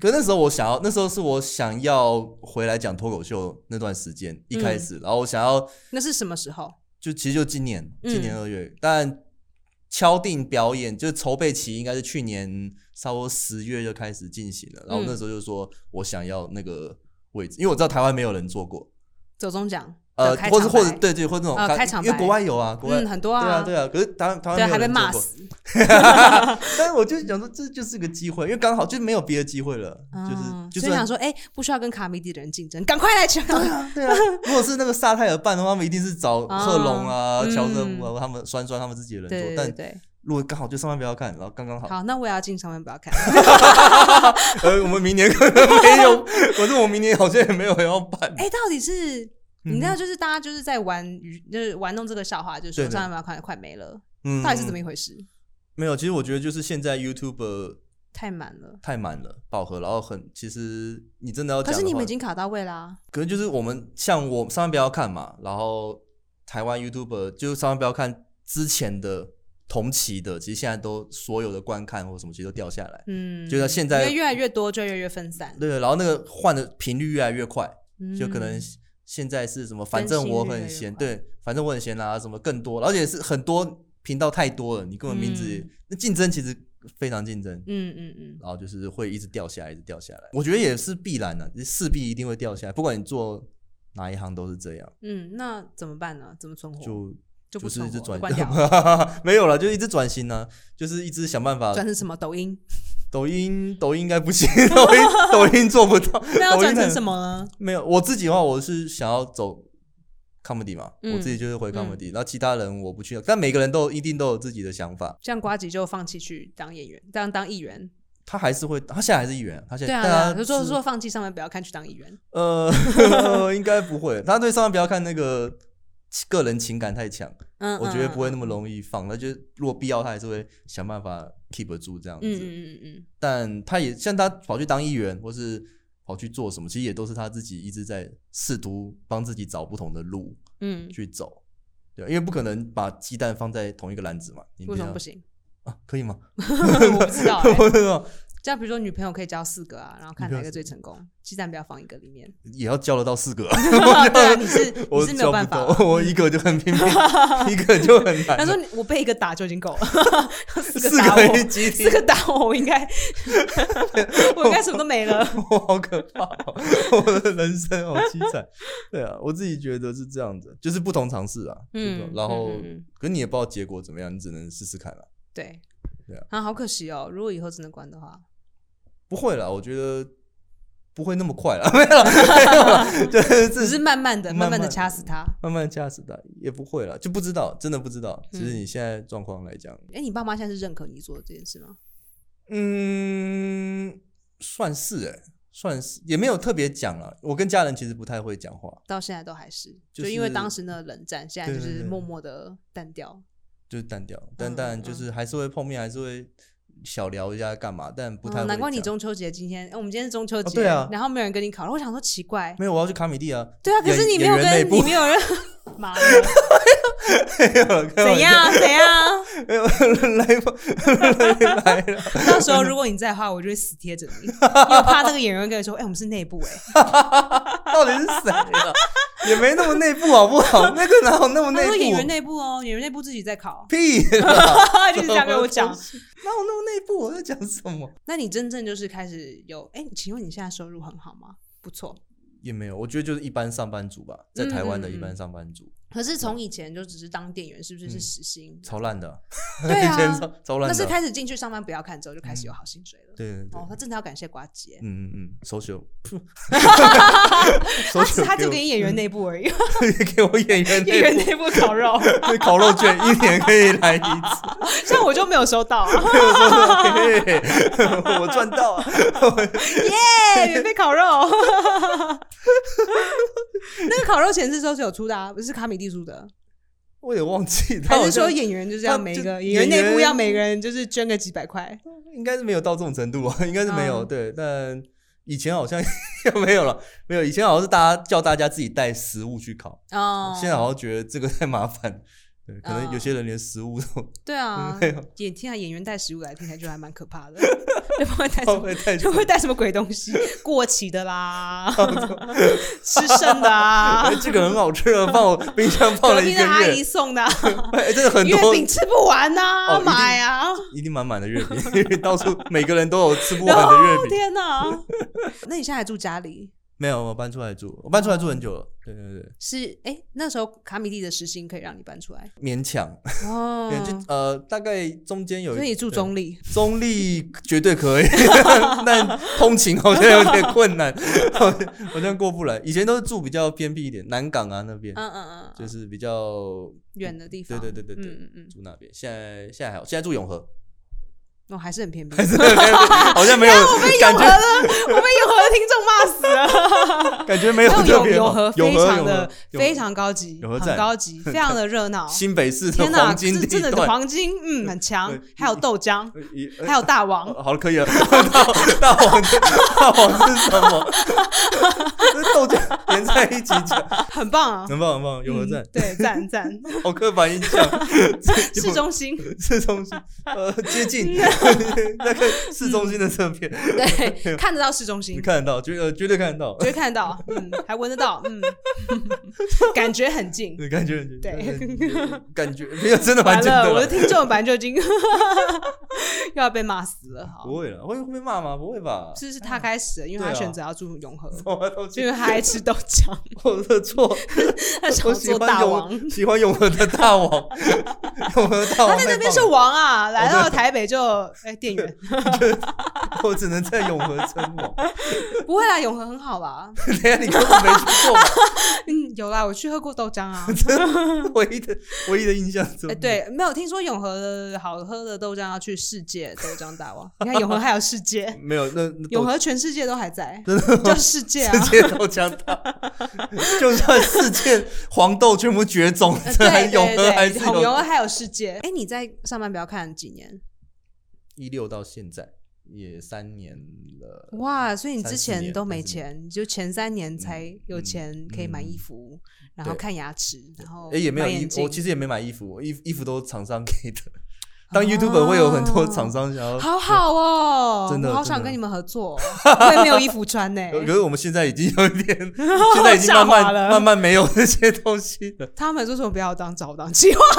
Speaker 1: 可是那时候我想要，那时候是我想要回来讲脱口秀那段时间一开
Speaker 2: 嗯
Speaker 1: 始，然后我想要
Speaker 2: 那是什么时候？
Speaker 1: 就其实就今年，
Speaker 2: 嗯
Speaker 1: 今年二月，但敲定表演就是筹备期应该是去年差不多十月就开始进行了。然后
Speaker 2: 嗯
Speaker 1: 那时候就说我想要那个位置，因为我知道台湾没有人做过，
Speaker 2: 走中奖
Speaker 1: 呃
Speaker 2: 的，开
Speaker 1: 或者
Speaker 2: 场
Speaker 1: 或者
Speaker 2: 白
Speaker 1: 对对，或者那种
Speaker 2: 呃开场
Speaker 1: 因为
Speaker 2: 白
Speaker 1: 国外有啊，国外、
Speaker 2: 嗯很多
Speaker 1: 对啊
Speaker 2: 啊，
Speaker 1: 对啊，可是台湾台湾
Speaker 2: 对
Speaker 1: 没有
Speaker 2: 还被
Speaker 1: 人做
Speaker 2: 骂
Speaker 1: 过，
Speaker 2: 死，
Speaker 1: 但是我就想说这就是个机会，因为刚好就没有别的机会了，
Speaker 2: 嗯
Speaker 1: 就是就
Speaker 2: 所以想
Speaker 1: 算。
Speaker 2: 说哎，不需要跟卡米蒂的人竞争，赶快来抢。
Speaker 1: 对啊，对啊。如果是那个沙泰尔办的话，他们一定是找贺龙啊、
Speaker 2: 啊
Speaker 1: 乔振武啊，他们酸酸他们自己的人
Speaker 2: 对
Speaker 1: 做。
Speaker 2: 对
Speaker 1: 但
Speaker 2: 对，
Speaker 1: 如果刚好就上班不要看，然后刚刚好，
Speaker 2: 好，那我也要进上班，不要 看。
Speaker 1: 呃，我们明年可能没有， 可是我明年好像也没有要办。
Speaker 2: 哎、到底是你
Speaker 1: 嗯
Speaker 2: 知道，就是大家就是在玩娱，就是玩弄这个笑话，就是
Speaker 1: 对
Speaker 2: 说
Speaker 1: 对
Speaker 2: 上班吧快快没了，
Speaker 1: 嗯
Speaker 2: 到底是怎么一回事？
Speaker 1: 没有？其实我觉得就是现在 YouTube
Speaker 2: 太满了。
Speaker 1: 太满了，饱和，然后很其实你真的要
Speaker 2: 可
Speaker 1: 讲，
Speaker 2: 是你们已，经卡到位啦、
Speaker 1: 可能就是我们像我上班不要看嘛，然后台湾 YouTube 就是上班不要看之前的同期的，其实现在都所有的观看或什么其实都掉下来。
Speaker 2: 嗯，
Speaker 1: 就是现在
Speaker 2: 因为越来越多，就越来越分散，
Speaker 1: 对，然后那个换的频率越来越快，
Speaker 2: 嗯
Speaker 1: 就可能现在是什么，反
Speaker 2: 更
Speaker 1: 正
Speaker 2: 新
Speaker 1: 我
Speaker 2: 率越来
Speaker 1: 很
Speaker 2: 越
Speaker 1: 闲，啊
Speaker 2: 快
Speaker 1: 对，反正我很闲啦、什么更多，而且是很多频道太多了，你根本名字
Speaker 2: 嗯
Speaker 1: 那竞争其实非常竞争，
Speaker 2: 嗯嗯嗯，
Speaker 1: 然后就是会一直掉下来，一直掉下来。我觉得也是必然的、势必一定会掉下来，不管你做哪一行都是这样，
Speaker 2: 嗯，那怎么办呢？怎么存活？就
Speaker 1: 就
Speaker 2: 不
Speaker 1: 是
Speaker 2: 存
Speaker 1: 一直
Speaker 2: 活，就
Speaker 1: 转
Speaker 2: 关掉。
Speaker 1: 没有了，就一直转型呢、啊就是一直想办法。
Speaker 2: 转成什么？抖 音？
Speaker 1: 抖音抖音应该不行，抖音抖音做不到。
Speaker 2: 那要
Speaker 1: 抖音
Speaker 2: 转成
Speaker 1: 很
Speaker 2: 什么呢？
Speaker 1: 没有，我自己的话，我是想要走 comedy 嘛，
Speaker 2: 嗯
Speaker 1: 我自己就是回 comedy，、然后其他人我不去，啊但每个人都一定都有自己的想法。
Speaker 2: 像瓜吉就放弃去当演员，当当议员。
Speaker 1: 他还是会，他现在还是议员，他现
Speaker 2: 对
Speaker 1: 在
Speaker 2: 啊，
Speaker 1: 但
Speaker 2: 对啊
Speaker 1: 他
Speaker 2: 就说
Speaker 1: 是
Speaker 2: 说放弃上班，不要看去当议员。
Speaker 1: 呃， 应该不会。他对上班不要看那个个人情感太强，
Speaker 2: 嗯，
Speaker 1: 我觉得不会那
Speaker 2: 么。
Speaker 1: 么容易放。那就是如果必要，他还是会想办法 keep 住这样子。
Speaker 2: 嗯嗯嗯嗯
Speaker 1: 但他也像他跑去当议员，或是跑去做什么，其实也都是他自己一直在试图帮自己找不同的路。
Speaker 2: 嗯，嗯
Speaker 1: 去走，对，因为不可能把鸡蛋放在同一个篮子嘛。你
Speaker 2: 嗯为什么不
Speaker 1: 行
Speaker 2: 行？
Speaker 1: 啊？可以吗？
Speaker 2: 我不知道、 欸。
Speaker 1: 我不知道
Speaker 2: 这样比如说女朋友可以交四个啊，然后看
Speaker 1: 女朋友
Speaker 2: 哪个最成功，鸡蛋不要放一个里面。
Speaker 1: 也要交得到 四个，
Speaker 2: 对啊，你是
Speaker 1: 我
Speaker 2: 你是没有
Speaker 1: 交
Speaker 2: 办
Speaker 1: 不
Speaker 2: 法
Speaker 1: 到，
Speaker 2: 啊。
Speaker 1: 我一个就很拼 命，一个就很难
Speaker 2: 他说
Speaker 1: 了。
Speaker 2: 你我被一个打就已经够了，四
Speaker 1: 四
Speaker 2: 个打
Speaker 1: 个一
Speaker 2: 我，
Speaker 1: 集体
Speaker 2: 四，个打我，我应该我应该什么都没了。
Speaker 1: 我好可怕哦，我的人生好凄惨。对啊，我自己觉得是这样子，就是不同尝试啊。
Speaker 2: 嗯
Speaker 1: 对吧然后
Speaker 2: 嗯嗯嗯，
Speaker 1: 可你也不知道结果怎么样，你只能试试看啊了。
Speaker 2: 对
Speaker 1: 对啊，
Speaker 2: 啊，好可惜哦。如果以后真的关的话，
Speaker 1: 不会啦，我觉得不会那么快啦，没 有啦，没有啦，就是
Speaker 2: 只是慢慢的、
Speaker 1: 慢慢
Speaker 2: 慢慢的掐死他。
Speaker 1: 慢慢驾驶的也不会了，就不知道，真的不知道。
Speaker 2: 嗯
Speaker 1: 只是你现在状况来讲，
Speaker 2: 哎，你爸妈现在是认可你做的这件事吗？
Speaker 1: 嗯，算是哎、算是也没有特别讲了。我跟家人其实不太会讲话，
Speaker 2: 到现在都还是，
Speaker 1: 就
Speaker 2: 就是因为当时那个冷战，现在就
Speaker 1: 对对
Speaker 2: 是
Speaker 1: 对
Speaker 2: 默默的淡掉。
Speaker 1: 就是单调，
Speaker 2: 嗯
Speaker 1: 但但就是还是会碰面，还是会小聊一下干嘛，但不太会
Speaker 2: 哦
Speaker 1: 讲、
Speaker 2: 难怪你中秋节今天，呃我们今天是中秋节，
Speaker 1: 哦对啊
Speaker 2: 然后没有人跟你烤肉，我想说奇怪，
Speaker 1: 没有，我要去卡米蒂啊。
Speaker 2: 对啊，可是
Speaker 1: 演
Speaker 2: 你没有
Speaker 1: 演员内
Speaker 2: 跟
Speaker 1: 部
Speaker 2: 你没 有人，妈的，
Speaker 1: 怎
Speaker 2: 怎？样怎样？
Speaker 1: 没有啊来吧，来了。
Speaker 2: 到时候如果你在的话，我就会死贴着 你，因为我怕那个演员跟你说，哎、我们是内部哎、
Speaker 1: 哦到底是谁了？也没那么内部好不好？ 那个哪有那么
Speaker 2: 他
Speaker 1: 内
Speaker 2: 说
Speaker 1: 部？，
Speaker 2: 演员内部哦，演员内部自己在 烤
Speaker 1: 屁啦！
Speaker 2: 就是这样跟我讲。，
Speaker 1: 哪有那么内部？我在讲什么？
Speaker 2: 那你真正就是开始有，哎、请问你现在收入很好吗？不错，
Speaker 1: 也没有，我觉得就是一般上班族吧，在台湾的
Speaker 2: 嗯
Speaker 1: 一般上班族，
Speaker 2: 可是从以前就只是当店员，是不
Speaker 1: 嗯
Speaker 2: 是是时薪？
Speaker 1: 超烂的，
Speaker 2: 对
Speaker 1: 以前超
Speaker 2: 啊，
Speaker 1: 超烂
Speaker 2: 那
Speaker 1: 的。
Speaker 2: 是开始进去上班不要看之后就开始有好薪水了。
Speaker 1: 对对对，
Speaker 2: 哦，他真的要感谢瓜姐，
Speaker 1: 嗯嗯嗯嗯，social，
Speaker 2: 他只
Speaker 1: social，
Speaker 2: 啊他就
Speaker 1: 给嗯
Speaker 2: 给你演员内部而已，
Speaker 1: 我 给我演员
Speaker 2: 演员
Speaker 1: 内
Speaker 2: 内部烤肉，
Speaker 1: 部烤肉卷，一年可以来一次。
Speaker 2: 像我就没有收到 啊，
Speaker 1: 我说嘿嘿 嘿我赚到啊！
Speaker 2: 耶，免费烤肉。 那个烤肉钱是收是有出的啊，不是卡米蒂出的，
Speaker 1: 我也忘记，他
Speaker 2: 还
Speaker 1: 好
Speaker 2: 是说
Speaker 1: 像
Speaker 2: 演员就是要
Speaker 1: 他
Speaker 2: 每一
Speaker 1: 就
Speaker 2: 个
Speaker 1: 演
Speaker 2: 演员内部
Speaker 1: 员
Speaker 2: 要每个人就是捐个几百块？
Speaker 1: 应该是没有到这种程度啊，应该是没有。
Speaker 2: 嗯
Speaker 1: 对，但以前好像 没有了，没有。以前好像是大家叫大家自己带食物去烤，
Speaker 2: 哦，
Speaker 1: 现在好像觉得这个太麻烦，对，可能有
Speaker 2: 嗯
Speaker 1: 些人连食物都
Speaker 2: 对啊
Speaker 1: 没有，
Speaker 2: 也听下演员带食物来，听起来就还蛮可 怕的，就不会带什
Speaker 1: 浪
Speaker 2: 么。
Speaker 1: 费 太
Speaker 2: 哎就
Speaker 1: 久。
Speaker 2: 会带什么鬼东 西，过期的啦，
Speaker 1: 哦
Speaker 2: 吃剩 的啊
Speaker 1: 哎，，这个很好吃啊，放我冰箱放
Speaker 2: 隔
Speaker 1: 了一
Speaker 2: 壁
Speaker 1: 个
Speaker 2: 的阿姨
Speaker 1: 月，
Speaker 2: 送的啊、
Speaker 1: 哎，真的很
Speaker 2: 月
Speaker 1: 多，
Speaker 2: 饼吃不完呐、
Speaker 1: 哦一定
Speaker 2: 买啊！
Speaker 1: 一定满满的月饼，因为到处每个人都有吃不完的
Speaker 2: 哦
Speaker 1: 月饼。
Speaker 2: 天哪！ 那你现在还住家里？
Speaker 1: 没有，我搬出来住，我搬出来住很久了，对对对，
Speaker 2: 是哎，那时候卡米蒂的时薪可以让你搬 出来
Speaker 1: 勉强，
Speaker 2: 哦
Speaker 1: 对，就呃，大概中间有一，
Speaker 2: 所以你住
Speaker 1: 对
Speaker 2: 中立，
Speaker 1: 中立绝对可以， 但通勤好像有点困难，好像好像过不来。以前都是住比较偏僻一点，南港啊那边，
Speaker 2: 嗯嗯嗯，
Speaker 1: 就是比较
Speaker 2: 远的地
Speaker 1: 对
Speaker 2: 方，
Speaker 1: 对对对对，
Speaker 2: 嗯嗯
Speaker 1: 住那边。现在现在还好，现在住永和，
Speaker 2: 嗯，我还是很偏僻，
Speaker 1: 还是好像没有
Speaker 2: 永
Speaker 1: 感
Speaker 2: 和
Speaker 1: 觉，
Speaker 2: 的，我被永和的听众骂死 了。
Speaker 1: 感觉没有特
Speaker 2: 永
Speaker 1: 别
Speaker 2: 永
Speaker 1: 好
Speaker 2: 和
Speaker 1: 永
Speaker 2: 非
Speaker 1: 和
Speaker 2: 常
Speaker 1: 永
Speaker 2: 的
Speaker 1: 和
Speaker 2: 非常高级，
Speaker 1: 永和
Speaker 2: 很
Speaker 1: 站
Speaker 2: 高级，非常的 热闹。
Speaker 1: 新北市的
Speaker 2: 天哪，
Speaker 1: 黄金
Speaker 2: 这
Speaker 1: 地
Speaker 2: 真的
Speaker 1: 段。
Speaker 2: 黄金，嗯，很强
Speaker 1: 对。
Speaker 2: 还有豆浆，
Speaker 1: 一呃
Speaker 2: 还有大王，
Speaker 1: 好了，可以了。大大王，大王是什么？ 这豆浆连在一起讲，
Speaker 2: 很棒 啊！
Speaker 1: 很棒很棒，永和站
Speaker 2: 嗯。对，赞赞，
Speaker 1: 好刻板印象，
Speaker 2: 市中心
Speaker 1: 市中心，呃，接近，那个市中心的正片，
Speaker 2: 嗯 对，看得到市中
Speaker 1: 你
Speaker 2: 心，
Speaker 1: 看得到，绝呃绝对看得到，
Speaker 2: 绝对看得到，嗯，还闻得到， 嗯，感觉很近。
Speaker 1: 你感觉
Speaker 2: 对，
Speaker 1: 感觉没有真的蛮
Speaker 2: 完
Speaker 1: 近的
Speaker 2: 了，
Speaker 1: 啦。
Speaker 2: 我的听众本来就 已经又要被骂死了，好，
Speaker 1: 不会了，会会被骂吗？不会吧？
Speaker 2: 这是他开始的，因为
Speaker 1: 对
Speaker 2: 他
Speaker 1: 啊
Speaker 2: 选择要住 永和，
Speaker 1: 什么东西
Speaker 2: 因为他爱吃豆浆，
Speaker 1: 我的 错，
Speaker 2: 他想
Speaker 1: 我
Speaker 2: 要
Speaker 1: 喜
Speaker 2: 做
Speaker 1: 欢
Speaker 2: 大王。
Speaker 1: 永 喜欢永和的大 王，永和大王
Speaker 2: 他在那边
Speaker 1: 太
Speaker 2: 是
Speaker 1: 棒
Speaker 2: 王啊，来到台北就哎店员，
Speaker 1: 了，我只能在永和称王。
Speaker 2: 不会啦，永和很好吧？
Speaker 1: 等一下你根本没去过吧，
Speaker 2: 嗯，有啦，我去喝过豆 浆啊。
Speaker 1: 唯一的唯一的印象中
Speaker 2: 哎，，对，没有听说永和的好喝的豆浆要去世界豆浆大王，你看永和还有 世界，
Speaker 1: 没有那那豆
Speaker 2: 永和全世界都还在，叫世界啊
Speaker 1: 世。界豆浆大王， 就算世界黄豆全部绝种，
Speaker 2: 呃
Speaker 1: 这还
Speaker 2: 对
Speaker 1: 永
Speaker 2: 对
Speaker 1: 和还
Speaker 2: 对
Speaker 1: 是
Speaker 2: 对，永
Speaker 1: 有
Speaker 2: 和还有世界。哎，你在上班不要看几年
Speaker 1: 一六到现在也三年了，
Speaker 2: 哇？所以你
Speaker 1: 呃
Speaker 2: 之
Speaker 1: 三四
Speaker 2: 前
Speaker 1: 年
Speaker 2: 都没
Speaker 1: 三四年
Speaker 2: 钱，你就前三年才有
Speaker 1: 嗯
Speaker 2: 钱可以买
Speaker 1: 嗯
Speaker 2: 衣服，然后
Speaker 1: 对
Speaker 2: 看牙齿，然后
Speaker 1: 哎，也没有
Speaker 2: 哦买眼
Speaker 1: 衣，
Speaker 2: 镜
Speaker 1: 我其实也没买衣服，我衣衣服都厂商给 的。当 YouTuber 会有很多厂商想要，
Speaker 2: 哦好好哦，
Speaker 1: 真的
Speaker 2: 我好想
Speaker 1: 真的
Speaker 2: 跟你们 合作哦，我也没有衣服穿呢、
Speaker 1: 可可是我们现在已经有一点， 现在已经慢
Speaker 2: 下滑
Speaker 1: 慢
Speaker 2: 了
Speaker 1: 慢慢没有这些东西了。
Speaker 2: 他们说什么不要当找当计划？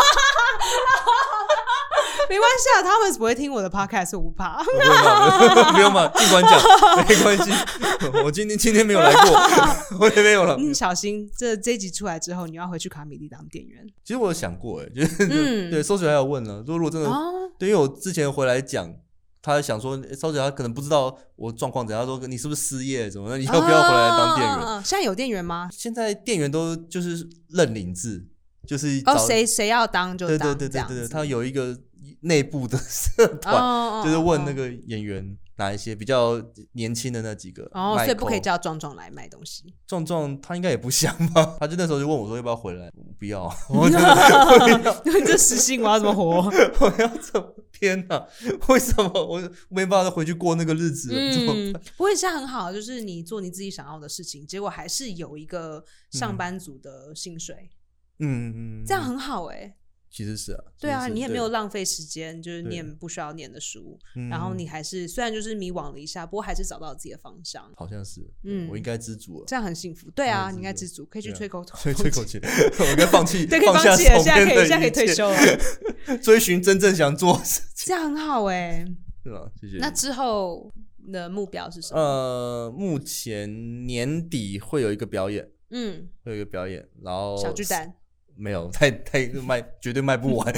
Speaker 2: 没关系啊，他们不会听我的 podcast，我不怕。
Speaker 1: 不用嘛，不用嘛，尽管讲，没关系。 我今天今天没有来过， 我也没有了。
Speaker 2: 你小心，这这一集出来之后，你要回去卡米利当店员
Speaker 1: 其实我有想过，哎，就是
Speaker 2: 嗯
Speaker 1: 对，搜水还有问了，说如果真的
Speaker 2: 哦。
Speaker 1: 对，因为我之前回来讲，他想说，诶烧姐他可能不知道我状况怎样，他说你是不是失业怎么的，你要不要回来当店员？
Speaker 2: 啊现在有店员吗？
Speaker 1: 现在店员都就是认领制，就是
Speaker 2: 哦，
Speaker 1: 找
Speaker 2: 谁谁要当就
Speaker 1: 对
Speaker 2: 当，
Speaker 1: 对对
Speaker 2: 这
Speaker 1: 对
Speaker 2: 样
Speaker 1: 对对，
Speaker 2: 子
Speaker 1: 他有一个内部的社团，
Speaker 2: 哦
Speaker 1: 就是问那。
Speaker 2: 哦哦
Speaker 1: 个演员哪一些比较年轻的那几个，
Speaker 2: 哦，所以不可以
Speaker 1: Michael
Speaker 2: 叫壮壮来卖东西。
Speaker 1: 壮壮他应该也不想吧？ 他就那时候就问我说要不要回来，我不要，啊 我真的
Speaker 2: 你 这时薪我要怎么活？
Speaker 1: 我要怎么？天哪，为什么我没办法再回去过那个日子了？怎么
Speaker 2: 嗯，不过现在很好，就是你做你自己想要的事情，结果还是有一个上班族的薪水，
Speaker 1: 嗯，嗯
Speaker 2: 这样很好哎、
Speaker 1: 其实是啊，
Speaker 2: 对啊，
Speaker 1: 其实是
Speaker 2: 你也没有，浪费时间，就是
Speaker 1: 对
Speaker 2: 念不需要念的书，
Speaker 1: 嗯
Speaker 2: 然后你还是虽然就是迷惘了一下，不过还是找到自己的方向，
Speaker 1: 好像是，
Speaker 2: 嗯
Speaker 1: 嗯，我应该知足了，
Speaker 2: 这样很幸福。对
Speaker 1: 我也
Speaker 2: 啊，
Speaker 1: 是
Speaker 2: 你应该
Speaker 1: 这
Speaker 2: 知足，可以去
Speaker 1: 对啊
Speaker 2: 吹口 口
Speaker 1: 吹吹口气，我应该放弃，
Speaker 2: 对，可以放
Speaker 1: 下
Speaker 2: 弃了，
Speaker 1: 手
Speaker 2: 现在可以
Speaker 1: 边的
Speaker 2: 现在可以
Speaker 1: 一切
Speaker 2: 退，休了，
Speaker 1: 追寻真正想做的事，
Speaker 2: 这样很好哎、
Speaker 1: 是吧？谢谢。
Speaker 2: 那之后的目标是什么？
Speaker 1: 呃，目前年底会有一个表演，
Speaker 2: 嗯，
Speaker 1: 会有一个表演，然后
Speaker 2: 小巨蛋，
Speaker 1: 没有，太 太卖绝对卖不完，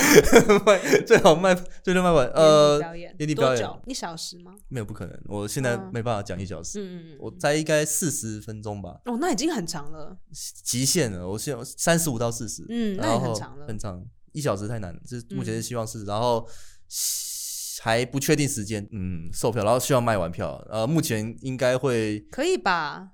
Speaker 1: 卖最好卖最多卖完。呃
Speaker 2: 年底表演，
Speaker 1: 年底
Speaker 2: 多
Speaker 1: 表演
Speaker 2: 久？一小时吗？
Speaker 1: 没有不可能，我现在
Speaker 2: 嗯
Speaker 1: 没办法讲一小时，
Speaker 2: 嗯嗯嗯，
Speaker 1: 我在应该四十分钟吧，
Speaker 2: 哦，那已经很长了。
Speaker 1: 极限了，我现三十五到四十，
Speaker 2: 嗯那也
Speaker 1: 然
Speaker 2: 很
Speaker 1: 后
Speaker 2: 长了
Speaker 1: 很长，一小时太难了，这目前
Speaker 2: 嗯
Speaker 1: 是希望是，然后还不确定时间，嗯，售票，然后希望卖完票，呃，目前应该会
Speaker 2: 可以吧？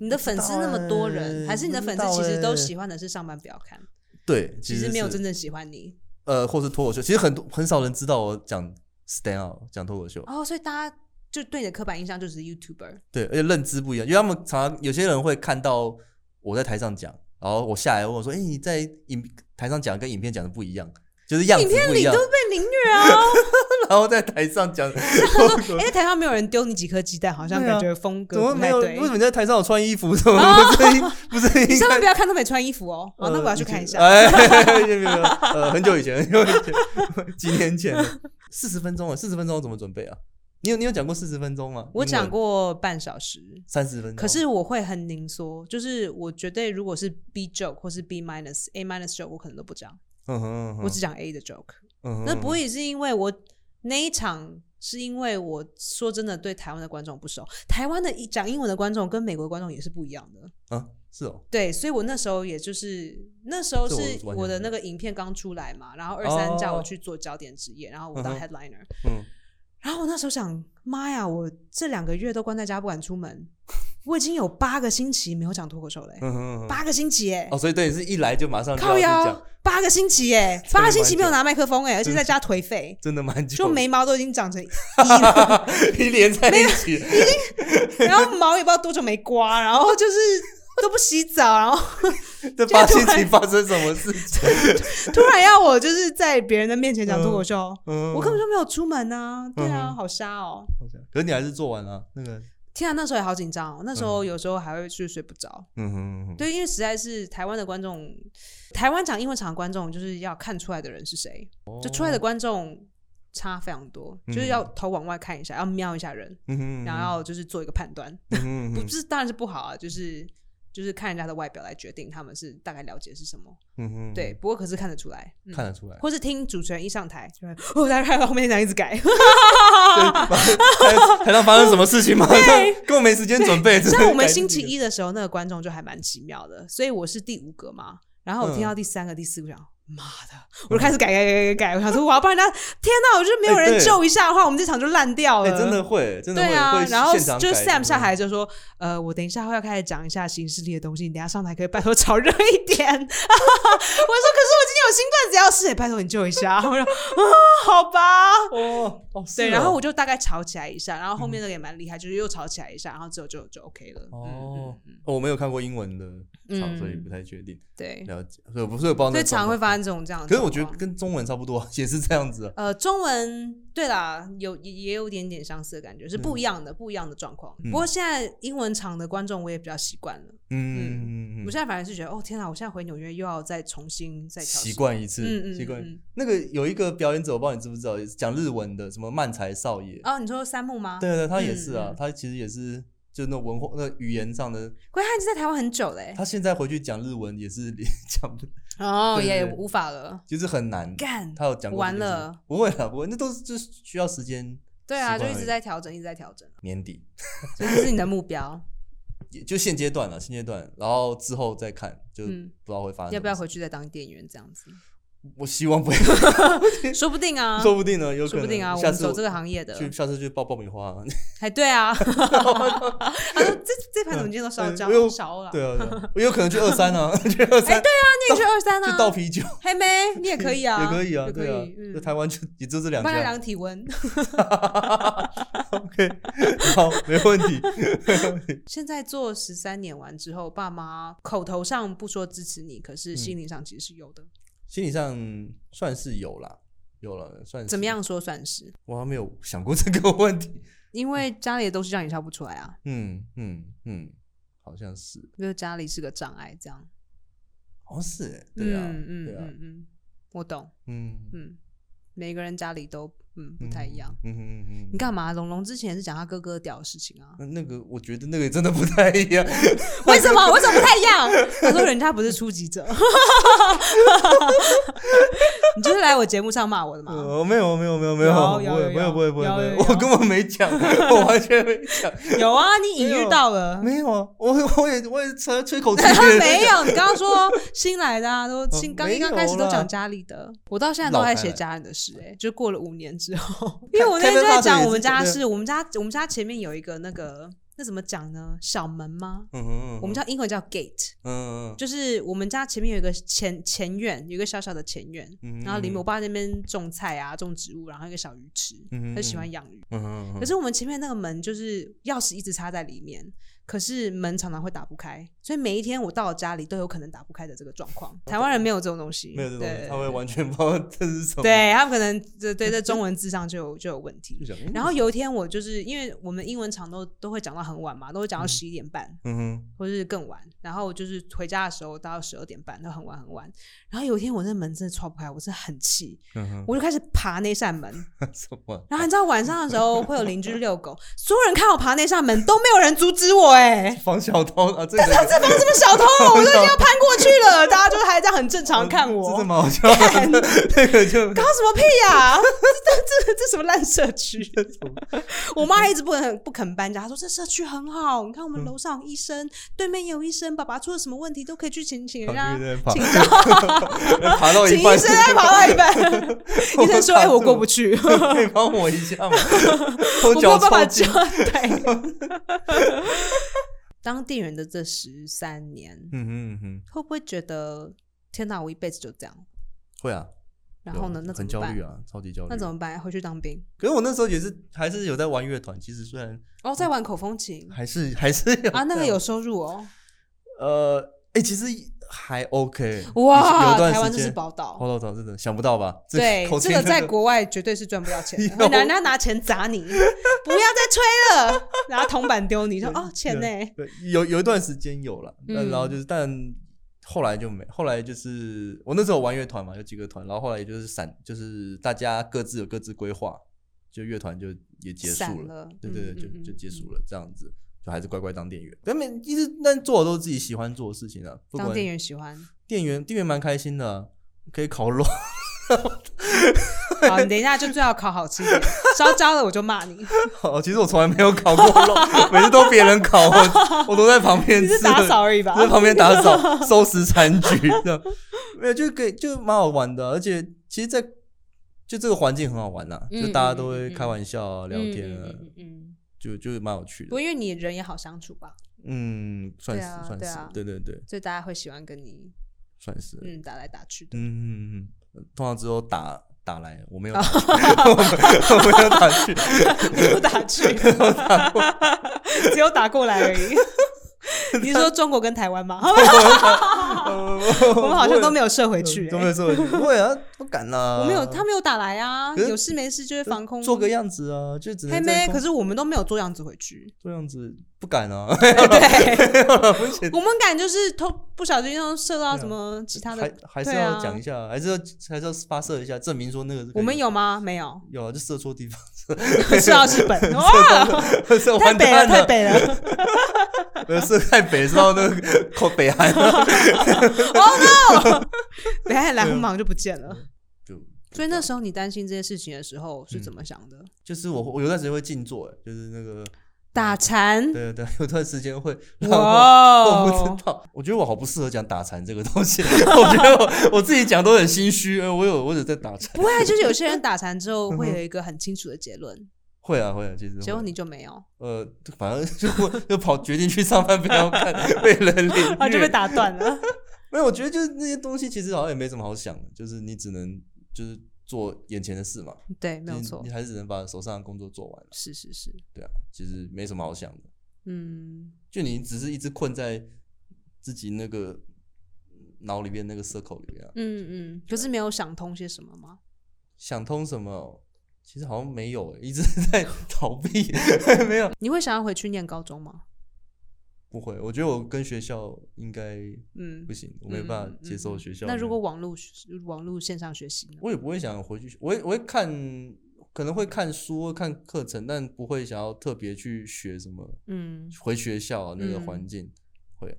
Speaker 2: 你的粉丝那么多人，
Speaker 1: 欸
Speaker 2: 还是你的粉丝
Speaker 1: 不知道
Speaker 2: 其实
Speaker 1: 欸
Speaker 2: 都喜欢的是上班不要看，
Speaker 1: 对，
Speaker 2: 其实没有
Speaker 1: 是
Speaker 2: 真正喜欢你
Speaker 1: 呃，或是脱口秀，其实很多很少人知道我讲 stand out，讲脱口秀，
Speaker 2: 哦，所以大家就对你的刻板印象就是 YouTuber
Speaker 1: 对，而且认知不一样，因为他们常常有些人会看到我在台上讲，然后我下来问我说，哎、你在影台上讲跟影片讲的不一样。就是样子
Speaker 2: 影片
Speaker 1: 不一
Speaker 2: 里
Speaker 1: 样
Speaker 2: 都，被凌虐 啊！
Speaker 1: 然后在台上 讲，
Speaker 2: 哎、台上没有人丢你几颗鸡蛋，好像
Speaker 1: 对啊
Speaker 2: 感觉风
Speaker 1: 怎
Speaker 2: 格
Speaker 1: 么
Speaker 2: 不
Speaker 1: 没
Speaker 2: 太
Speaker 1: 有？
Speaker 2: 对哦
Speaker 1: 为。什么你在台上有穿衣服？怎么不 是应不是
Speaker 2: 你
Speaker 1: 应
Speaker 2: 上班
Speaker 1: 该？
Speaker 2: 不要看都没穿衣服哦，哦，那我要去看一下。
Speaker 1: 呃哎， 没有没有呃，很久以前， 很久以前，几年前了，四十分钟了，四十分钟怎么准备啊？你有你有讲过四十分钟吗？
Speaker 2: 我讲过半小时，
Speaker 1: 三十分钟，
Speaker 2: 可是我会很凝缩，就是我绝对如果是 B joke 或是 B minus A minus joke，我可能都不讲，
Speaker 1: 嗯哼，嗯哼
Speaker 2: 我只讲 A 的 joke。
Speaker 1: 嗯哼
Speaker 2: 那不会是因为我那一场，是因为我说真的对台湾的观众不熟，台湾的讲英文的观众跟美国的观众也是不一样的。
Speaker 1: 啊，是哦，
Speaker 2: 对，所以我那时候也就是那时候
Speaker 1: 这我
Speaker 2: 是
Speaker 1: 完全
Speaker 2: 我的
Speaker 1: 不
Speaker 2: 那个影片刚出来嘛，然后二三叫我
Speaker 1: 哦
Speaker 2: 去做焦点职业，然后我
Speaker 1: 嗯
Speaker 2: 当
Speaker 1: 哼
Speaker 2: headliner，、
Speaker 1: 嗯，
Speaker 2: 然后我那时候想，妈呀，我这两个月都关在家不敢出门，我已经有八个星期没有讲脱口秀嘞、
Speaker 1: 嗯哼嗯哼，
Speaker 2: 八个星期哎、
Speaker 1: 哦，所以对你是一来就马上就
Speaker 2: 靠
Speaker 1: 要去
Speaker 2: 腰
Speaker 1: 讲，
Speaker 2: 八个星期哎、
Speaker 1: 真的
Speaker 2: 八个星期
Speaker 1: 蛮
Speaker 2: 没有
Speaker 1: 久
Speaker 2: 拿麦克风哎、而且在家颓废。
Speaker 1: 真的蛮久，
Speaker 2: 就 眉毛都已经长成一了，
Speaker 1: 一连在一起，
Speaker 2: 然后毛也不知道多久没刮，然后就是都不洗澡，然后
Speaker 1: 这发心情发生什么事情？
Speaker 2: 突然要我就是在别人的面前讲脱口秀，
Speaker 1: 嗯，
Speaker 2: 我根本就没有出门啊！对啊，
Speaker 1: 嗯
Speaker 2: 好瞎哦！
Speaker 1: 可是你还是做完了那个，
Speaker 2: 天啊，那时候也好紧张、哦，那时候有时候还会去睡不着。
Speaker 1: 嗯哼哼，
Speaker 2: 对，因为实在是台湾的观众，台湾讲英文场的观众就是要看出来的人是谁，
Speaker 1: 哦
Speaker 2: 就出来的观众差非常多，就是要头往外看一下，要瞄一下人，
Speaker 1: 嗯哼，
Speaker 2: 然后要就是做一个判断，
Speaker 1: 嗯哼
Speaker 2: 不
Speaker 1: 哼
Speaker 2: 是当然是不好啊，就是就是看人家的外表来决定他们是大概了解是什么。
Speaker 1: 嗯哼，
Speaker 2: 对，，不过可是看得出来，嗯、
Speaker 1: 看得出来，
Speaker 2: 或是听主持人一上台就会，哦，大家看到后面这样一 直改，啊
Speaker 1: 还还让发生什么事情吗？根本没时间准备。
Speaker 2: 像我们星期一的时候，那个观众就还蛮奇妙的，所以我是第五个嘛，然后我
Speaker 1: 嗯
Speaker 2: 听到第三个、第四个，我想妈的，我就开始改改改改改，我想说我要帮人家，天哪，我就是没有
Speaker 1: 哎
Speaker 2: 人
Speaker 1: 对
Speaker 2: 救一下的话，我们这场就烂掉
Speaker 1: 哎，
Speaker 2: 了，
Speaker 1: 真的。会，真的
Speaker 2: 对
Speaker 1: 会，
Speaker 2: 啊
Speaker 1: 会，
Speaker 2: 然后
Speaker 1: 现场
Speaker 2: 就
Speaker 1: 改嗯
Speaker 2: Sam 下台就说：“呃，我等一下会要开始讲一下形式力的东西，你等一下上台可以拜托炒热一点。” 我说：“可是我今天有新段子要试，哎拜托你救一下。” 我说：“啊，好吧。”
Speaker 1: 哦哦，是
Speaker 2: 对，
Speaker 1: 哦嗯
Speaker 2: 然后我就大概吵起来一下，然后后面那个也蛮厉害，就是又吵起来一下，然后之后就就 OK 了。
Speaker 1: 哦
Speaker 2: 嗯，嗯嗯
Speaker 1: 哦我没有看过英文的场，
Speaker 2: 嗯
Speaker 1: 所以不太确定
Speaker 2: 对，
Speaker 1: 了解，所以我不是我不知道那
Speaker 2: 最常
Speaker 1: 状
Speaker 2: 会
Speaker 1: 况。
Speaker 2: 发生这种这样的
Speaker 1: 可是我
Speaker 2: 状况。
Speaker 1: 觉得跟中文差不多，也是这样子啊。
Speaker 2: 呃，中文对啦，有也也有一点点相似的感觉，是不一样的，不一样的状况。
Speaker 1: 嗯
Speaker 2: 不过现在英文场的观众我也比较习惯了，
Speaker 1: 嗯嗯嗯
Speaker 2: 我
Speaker 1: 嗯，
Speaker 2: 现在反而是觉得，哦天哪，我现在回纽约又要再重新再调试
Speaker 1: 习，惯一次
Speaker 2: 嗯，嗯
Speaker 1: 习惯
Speaker 2: 嗯。
Speaker 1: 那个有一个表演者，我不知道你知不知道，也是讲日文的，什么漫才少爷。
Speaker 2: 哦，你说三木吗？
Speaker 1: 对，对，他也是啊
Speaker 2: 嗯，
Speaker 1: 他其实也是就那种文化、那语言上的。
Speaker 2: 可是他已经在台湾很久欸嘞，
Speaker 1: 他现在回去讲日文也是 讲不，
Speaker 2: 哦，
Speaker 1: 对对
Speaker 2: 也
Speaker 1: 对
Speaker 2: 无法了，
Speaker 1: 就是很难。
Speaker 2: 干，
Speaker 1: 他有讲过这件事
Speaker 2: 完了，
Speaker 1: 不会了，不会，那都是就是需要时间。
Speaker 2: 对
Speaker 1: 习
Speaker 2: 啊，就
Speaker 1: 惯
Speaker 2: 一
Speaker 1: 而
Speaker 2: 直
Speaker 1: 已
Speaker 2: 在调整，一直在调整，啊
Speaker 1: 年底
Speaker 2: 所以这是你的目标。
Speaker 1: 也就现阶段了，现阶段，然后之后再看，就不
Speaker 2: 嗯
Speaker 1: 知道会发生、
Speaker 2: 要不要？回去再当店员这样子？
Speaker 1: 我希望 不要，
Speaker 2: 说不定啊，
Speaker 1: 说不定呢，有可
Speaker 2: 说
Speaker 1: 能。
Speaker 2: 不定啊，我
Speaker 1: 下
Speaker 2: 们
Speaker 1: 次
Speaker 2: 走这个行业的，
Speaker 1: 去，下次去爆爆米 花。
Speaker 2: 哎，对啊。他说这这盘怎么今天都烧焦
Speaker 1: 嗯我又
Speaker 2: 烧了？
Speaker 1: 对啊，对啊我有可能去二三啊， 去二三，
Speaker 2: 那你去二三
Speaker 1: 去倒
Speaker 2: 哎啊，
Speaker 1: 啤酒
Speaker 2: 黑妹你也可以啊，
Speaker 1: 也可以啊，
Speaker 2: 也可
Speaker 1: 对啊
Speaker 2: 以，，
Speaker 1: 就
Speaker 2: 嗯，
Speaker 1: 台湾就也就这两
Speaker 2: 帮他
Speaker 1: 家
Speaker 2: 量体温。
Speaker 1: ，OK，好，没问题。
Speaker 2: 现在做十三年完之后，爸妈口头上不说支持你，可
Speaker 1: 嗯
Speaker 2: 是心灵上其实是有的。
Speaker 1: 心理上算是有啦，有了，算是
Speaker 2: 怎么？样说算是？
Speaker 1: 我还没有想过这个问题。
Speaker 2: 因为家里的东西让你笑不出来啊，
Speaker 1: 嗯嗯嗯，好像是，
Speaker 2: 因为家里是个障碍，这样。
Speaker 1: 好像是欸，对啊，
Speaker 2: 嗯嗯
Speaker 1: 对啊，
Speaker 2: 嗯嗯，我懂。
Speaker 1: 嗯
Speaker 2: 嗯，每个人家里都嗯不太一样。，
Speaker 1: 嗯嗯嗯
Speaker 2: 你干嘛？龙龙之前是讲他哥哥屌的事 情啊？
Speaker 1: 嗯。那那个，我觉得那个真的不太一 样。
Speaker 2: 为什么？为什么不太一样？他说人家不是初级者， 你就是来我节目上骂我的嘛？
Speaker 1: 呃，没有没有没有没
Speaker 2: 有
Speaker 1: 有，
Speaker 2: 有
Speaker 1: 不会不会
Speaker 2: 有
Speaker 1: 不会不会
Speaker 2: 有
Speaker 1: 不
Speaker 2: 有
Speaker 1: 会，
Speaker 2: 有
Speaker 1: 我根本没 讲，我完全没讲，
Speaker 2: 有啊，你隐
Speaker 1: 没
Speaker 2: 喻
Speaker 1: 有
Speaker 2: 到了。
Speaker 1: 没有啊，我我也我也吹吹口气，
Speaker 2: 没有，你刚刚说新来的啊，都新
Speaker 1: 嗯
Speaker 2: 刚
Speaker 1: 没
Speaker 2: 一刚开始
Speaker 1: 有
Speaker 2: 都
Speaker 1: 啦
Speaker 2: 讲家里的，我到现在都
Speaker 1: 绕
Speaker 2: 在
Speaker 1: 开
Speaker 2: 写
Speaker 1: 来
Speaker 2: 家人的事、哎，就过了五年之后，因为我那
Speaker 1: 开
Speaker 2: 天就
Speaker 1: 门大
Speaker 2: 在
Speaker 1: 腿
Speaker 2: 讲
Speaker 1: 也
Speaker 2: 我们
Speaker 1: 是
Speaker 2: 家
Speaker 1: 对啊
Speaker 2: 事，我们家我们家前面有一个那个那怎么讲呢？小门吗？
Speaker 1: 嗯嗯，
Speaker 2: 我们叫英文叫 gate，
Speaker 1: 嗯嗯
Speaker 2: 就是我们家前面有一个前前院，有一个小小的前院，
Speaker 1: 嗯
Speaker 2: 然后里面我爸那边种菜啊，种植物，然后一个小鱼池，
Speaker 1: 嗯
Speaker 2: 他就喜欢养鱼。
Speaker 1: 嗯嗯
Speaker 2: 可是我们前面那个门就是钥匙一直插在里面，可是门常常会打不开，所以每一天我到了家里都有可能打不开的这个状况。台湾人没有这种东西，
Speaker 1: 哦没有这种
Speaker 2: 对
Speaker 1: 东西，他会完全不知道这是什么，，
Speaker 2: 对他们可能对 对这中文字上就有就有问题
Speaker 1: 就。想嗯
Speaker 2: 然后有一天我就是因为我们英文场都都会讲到很晚嘛，都会讲到十一点半，
Speaker 1: 嗯哼
Speaker 2: 或是更晚。然后就是回家的时候到十二点半，都很晚很晚。然后有一天我那门真的撬不开，我真的很气，
Speaker 1: 嗯哼，
Speaker 2: 我就开始爬那扇门。
Speaker 1: 什么？
Speaker 2: 然后你知道晚上的时候会有邻居遛狗，所有人看我爬那扇门都没有人阻止我、哎。
Speaker 1: 防小偷啊，这个这
Speaker 2: 这帮什么小偷啊，我都已经要攀过去了，大家就还在很正常看我，
Speaker 1: 真的嗯蛮好笑的，这个就
Speaker 2: 搞什么屁呀、 这这这这什么烂社区？我妈一直不肯不肯搬家，她说这社区很好，你看
Speaker 1: 嗯
Speaker 2: 我们楼上有医生，对面也有医生，爸爸出了什么问题都可以去请请人家
Speaker 1: 因为在爬
Speaker 2: 请教，
Speaker 1: 爬到
Speaker 2: 请
Speaker 1: 一
Speaker 2: 医
Speaker 1: 半，
Speaker 2: 生再爬到一半，医生说：“哎、 我过不去。”
Speaker 1: 可以帮我一下吗？我
Speaker 2: 我没
Speaker 1: 脚
Speaker 2: 有办法
Speaker 1: 抽
Speaker 2: 教
Speaker 1: 筋，
Speaker 2: 对。 当店员的这十三年，
Speaker 1: 嗯嗯嗯，
Speaker 2: 会不会觉得天哪，我一辈子就这样？
Speaker 1: 会啊。
Speaker 2: 然后呢，
Speaker 1: 有
Speaker 2: 那怎
Speaker 1: 很
Speaker 2: 么
Speaker 1: 焦
Speaker 2: 办？
Speaker 1: 虑啊，超级焦虑。
Speaker 2: 那怎么办？回去当兵？
Speaker 1: 可是我那时候也是还是有在玩乐团，其实虽然
Speaker 2: 哦，在玩口风琴
Speaker 1: 还是还是有
Speaker 2: 啊，那个
Speaker 1: 在
Speaker 2: 有收入哦。
Speaker 1: 呃，哎、其实还 OK。有
Speaker 2: 哇，
Speaker 1: 段
Speaker 2: 台湾
Speaker 1: 时
Speaker 2: 这是
Speaker 1: 间
Speaker 2: 宝岛。
Speaker 1: 报道长真的想不到吧？
Speaker 2: 对，
Speaker 1: 口
Speaker 2: 这
Speaker 1: 气
Speaker 2: 个
Speaker 1: 真的
Speaker 2: 在国外绝对是赚不到 钱
Speaker 1: 有
Speaker 2: 的，会拿人家拿钱砸 你，不要再吹了，拿铜板丢你，说哦钱呢、
Speaker 1: 对，有有一段时间有了，但
Speaker 2: 嗯
Speaker 1: 然后就是，但后来就没，后来就是我那时候玩乐团嘛，有几个团，然后后来也就是散，就是大家各自有各自规划，就乐团就也 结束
Speaker 2: 散
Speaker 1: 了，
Speaker 2: 了
Speaker 1: 对对对，
Speaker 2: 嗯嗯嗯
Speaker 1: 就就结束
Speaker 2: 嗯
Speaker 1: 了，这样子。就还是乖乖当店员，但每其实但做的都是自己喜欢做的事情啊。不
Speaker 2: 当
Speaker 1: 管
Speaker 2: 店员喜欢。
Speaker 1: 店员，店员蛮开心的啊、可以烤肉。
Speaker 2: 好，你等一下就最好烤好吃一点，烧焦了我就 骂你。
Speaker 1: 哦，其实我从来没有烤过肉，每次都别人烤，我我都在旁边
Speaker 2: 你
Speaker 1: 吃。
Speaker 2: 是打啊扫而 已吧？
Speaker 1: 在旁边打扫、收拾残 局，这样没有就给就蛮好玩的，啊而且其实在，就这个环境很好玩呐、啊
Speaker 2: 嗯
Speaker 1: 就大家都会开玩笑啊、聊天啊，
Speaker 2: 嗯嗯嗯嗯嗯
Speaker 1: 就就蛮有趣的
Speaker 2: 不过。因为你人也好相处吧，
Speaker 1: 嗯，算是、
Speaker 2: 对啊
Speaker 1: 算是
Speaker 2: 对啊
Speaker 1: 对对对，
Speaker 2: 所以大家会喜欢跟你
Speaker 1: 算是，嗯
Speaker 2: 嗯打来打去的。
Speaker 1: 嗯嗯嗯，通常只有打打来，我
Speaker 2: 哦
Speaker 1: 没有打去， 我没有打去，
Speaker 2: 没有打去， 只有打过来而已。你是说中国跟台湾吗？ 我
Speaker 1: 我
Speaker 2: 们好像都没有射回去、
Speaker 1: 都没
Speaker 2: 欸。
Speaker 1: 有射回去，不会啊，不敢啦，
Speaker 2: 我们有，他没有打来啊，
Speaker 1: 可是
Speaker 2: 有事没事就会防空
Speaker 1: 做个样子啊，就只能
Speaker 2: 嘿
Speaker 1: 在
Speaker 2: 妹，
Speaker 1: 空
Speaker 2: 可是我们都没有做样子回去。
Speaker 1: 做样子不敢啊。
Speaker 2: 对，
Speaker 1: 不行
Speaker 2: 我们敢就是偷不小心又射到
Speaker 1: 对啊
Speaker 2: 什么其他的
Speaker 1: 还，还是
Speaker 2: 对啊
Speaker 1: 要讲一下，还是要还是要发射一下，证明说那个是可以
Speaker 2: 我们有吗？没有，
Speaker 1: 有啊，就射错地方，
Speaker 2: 射到 日本，哇，
Speaker 1: 射
Speaker 2: 太
Speaker 1: 完
Speaker 2: 北了，
Speaker 1: 蛋
Speaker 2: 太北了。
Speaker 1: 了，射太北，射到那个靠北啊韩了，
Speaker 2: 北海蓝
Speaker 1: 啊
Speaker 2: 红芒就不见了。
Speaker 1: 嗯就
Speaker 2: 所以那时候你担心这些事情的时候是
Speaker 1: 嗯
Speaker 2: 怎么想的？
Speaker 1: 就是我我有段时间会静坐，哎就是那个
Speaker 2: 打禅，
Speaker 1: 对对，有段时间会让我。 我不
Speaker 2: 哇哦
Speaker 1: 知，道，我觉得我好不适合讲打禅这个东西。 我觉得我我自己讲都很心虚，哎我有我有在打禅，
Speaker 2: 不会啊，就是有些人打禅之
Speaker 1: 嗯
Speaker 2: 后会有一个很清楚的结论，
Speaker 1: 会啊会啊，其实会
Speaker 2: 结果你就没有，
Speaker 1: 呃，反正就会就跑决定去上班，不要看被人领略，
Speaker 2: 啊，就被打 断了。
Speaker 1: 没有，我觉得就是那些东西其实好像也没什么好想的，就是你只能就是做眼前的事嘛，
Speaker 2: 对，没有
Speaker 1: 就是
Speaker 2: 错
Speaker 1: 你，还是只能把手上的工作做完了，
Speaker 2: 是是是，
Speaker 1: 对啊，其实没什么好想的，
Speaker 2: 嗯，
Speaker 1: 就你只是一直困在自己那个脑里面那个 circle 里面、啊，
Speaker 2: 嗯嗯，可是没有想通些什么吗？
Speaker 1: 想通什么，其实好像没有、欸一直在逃避， 没有，
Speaker 2: 你会想要回去念高中吗？
Speaker 1: 不会，我觉得我跟学校应该
Speaker 2: 嗯
Speaker 1: 不，行，我没办法接受学校
Speaker 2: 嗯嗯嗯
Speaker 1: 那
Speaker 2: 那
Speaker 1: 个
Speaker 2: 如果网络网络线上学习呢？
Speaker 1: 我也不会想回去，我会我会看，可能会看书、会看课程，但不会想要特别去学什么，
Speaker 2: 嗯，
Speaker 1: 回学校、啊、那个
Speaker 2: 嗯
Speaker 1: 环境、会啊，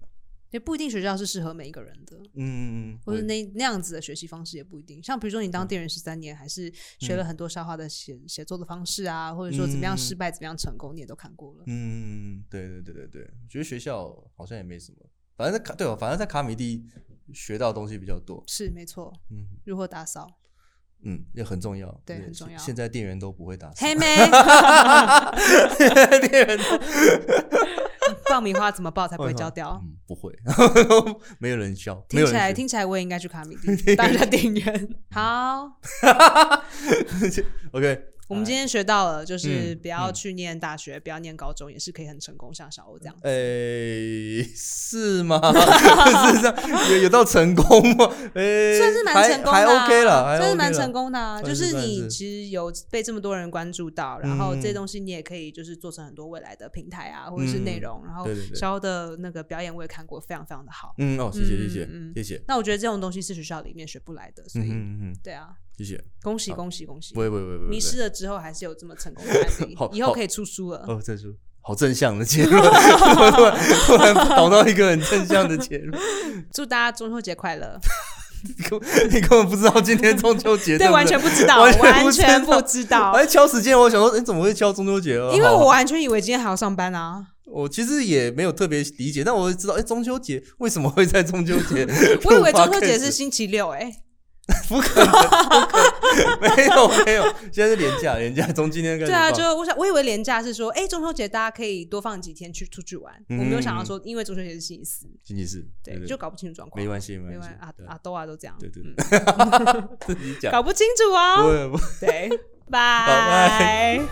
Speaker 2: 也不一定学校是适合每一个人的。
Speaker 1: 嗯，
Speaker 2: 或者
Speaker 1: 会
Speaker 2: 那那样子的学习方式也不一定。像比如说你
Speaker 1: 嗯
Speaker 2: 当店员十三年，还是学了很多消化的写写作的方式啊，或者说怎么样失败、怎么样成功，你也都看过了。
Speaker 1: 嗯，对对对对对，我觉得学校好像也没什么，反正在卡对哦，反正在卡米蒂学到的东西比较多，
Speaker 2: 是没错，
Speaker 1: 嗯
Speaker 2: 如何打扫？
Speaker 1: 嗯，也很重要，
Speaker 2: 对很重
Speaker 1: 现
Speaker 2: 要
Speaker 1: 现在店员都不会打扫
Speaker 2: 黑，妹，
Speaker 1: 店员都
Speaker 2: 爆米花怎么爆才不会焦掉？
Speaker 1: 嗯不会， 没有人教，没
Speaker 2: 听
Speaker 1: 有
Speaker 2: 起来
Speaker 1: 人学
Speaker 2: 听起来我也应该去 卡米蒂当一下店员。好，
Speaker 1: ，OK，哎
Speaker 2: 我们今天学到了，就是
Speaker 1: 嗯
Speaker 2: 不要去念大学，不要念高中，也是可以很成功，像小欧这样。
Speaker 1: 诶、哎是吗？ 是这样，有有到成功吗？诶、
Speaker 2: 算是蛮成功的、啊
Speaker 1: 还还 OK 了，还 OK
Speaker 2: 算是蛮
Speaker 1: 啦
Speaker 2: 成。功的、啊。
Speaker 1: 算
Speaker 2: 就是是
Speaker 1: 算
Speaker 2: 你
Speaker 1: 是
Speaker 2: 其实有被这么多人关注到，然后
Speaker 1: 嗯
Speaker 2: 这些东西你也可以就是做成很多未来的平台啊，或者是内容。然后
Speaker 1: 嗯对对对
Speaker 2: 小欧的那个表演我也看过，非常非常的好。
Speaker 1: 嗯，哦，谢谢谢谢、
Speaker 2: 嗯嗯
Speaker 1: 谢谢，
Speaker 2: 那我觉得这种东西是学校里面学不来的，
Speaker 1: 嗯
Speaker 2: 所以、
Speaker 1: 嗯嗯，
Speaker 2: 对啊，
Speaker 1: 谢谢，
Speaker 2: 恭喜恭喜恭喜
Speaker 1: 不！会不会不会不会，
Speaker 2: 迷失了之后还是有这么成功的案例
Speaker 1: 好，好
Speaker 2: 以后可以出书了。
Speaker 1: 哦，这是好正向的 结论，突然突然导到一个很正向的结论，
Speaker 2: 祝大家中秋节快乐！
Speaker 1: 你根本你根本不知道今天中秋 节， 对不对，
Speaker 2: 完全不 知道，
Speaker 1: 完全
Speaker 2: 完
Speaker 1: 不知道
Speaker 2: 全不知道
Speaker 1: 我，还敲时间，我想说，哎，怎么会敲中秋节啊？
Speaker 2: 因为
Speaker 1: 好
Speaker 2: 我完全以为今天还要上班啊。
Speaker 1: 我其实也没有特别理解，但我知道，哎，中秋节为什么会在中秋节录 podcast？
Speaker 2: 我以为中秋节是星期六、哎，
Speaker 1: 不可能，不可能，没有没有，现在是廉价，廉价从今天开始
Speaker 2: 对啊，
Speaker 1: 放
Speaker 2: 就我想，我以为廉价是说，哎、中秋节大家可以多放几天去出去玩。我没有想到说，因为中秋节是星期四，
Speaker 1: 星期四，
Speaker 2: 对，
Speaker 1: 嗯对，
Speaker 2: 就搞不清楚状况。
Speaker 1: 没关系
Speaker 2: 没
Speaker 1: 没
Speaker 2: 关
Speaker 1: 关
Speaker 2: 系
Speaker 1: 系，
Speaker 2: 啊
Speaker 1: 对
Speaker 2: 啊，都啊都这样，
Speaker 1: 对对
Speaker 2: 嗯，
Speaker 1: 自己讲，
Speaker 2: 搞不清楚哦。
Speaker 1: 不不
Speaker 2: 对，
Speaker 1: 拜
Speaker 2: 拜。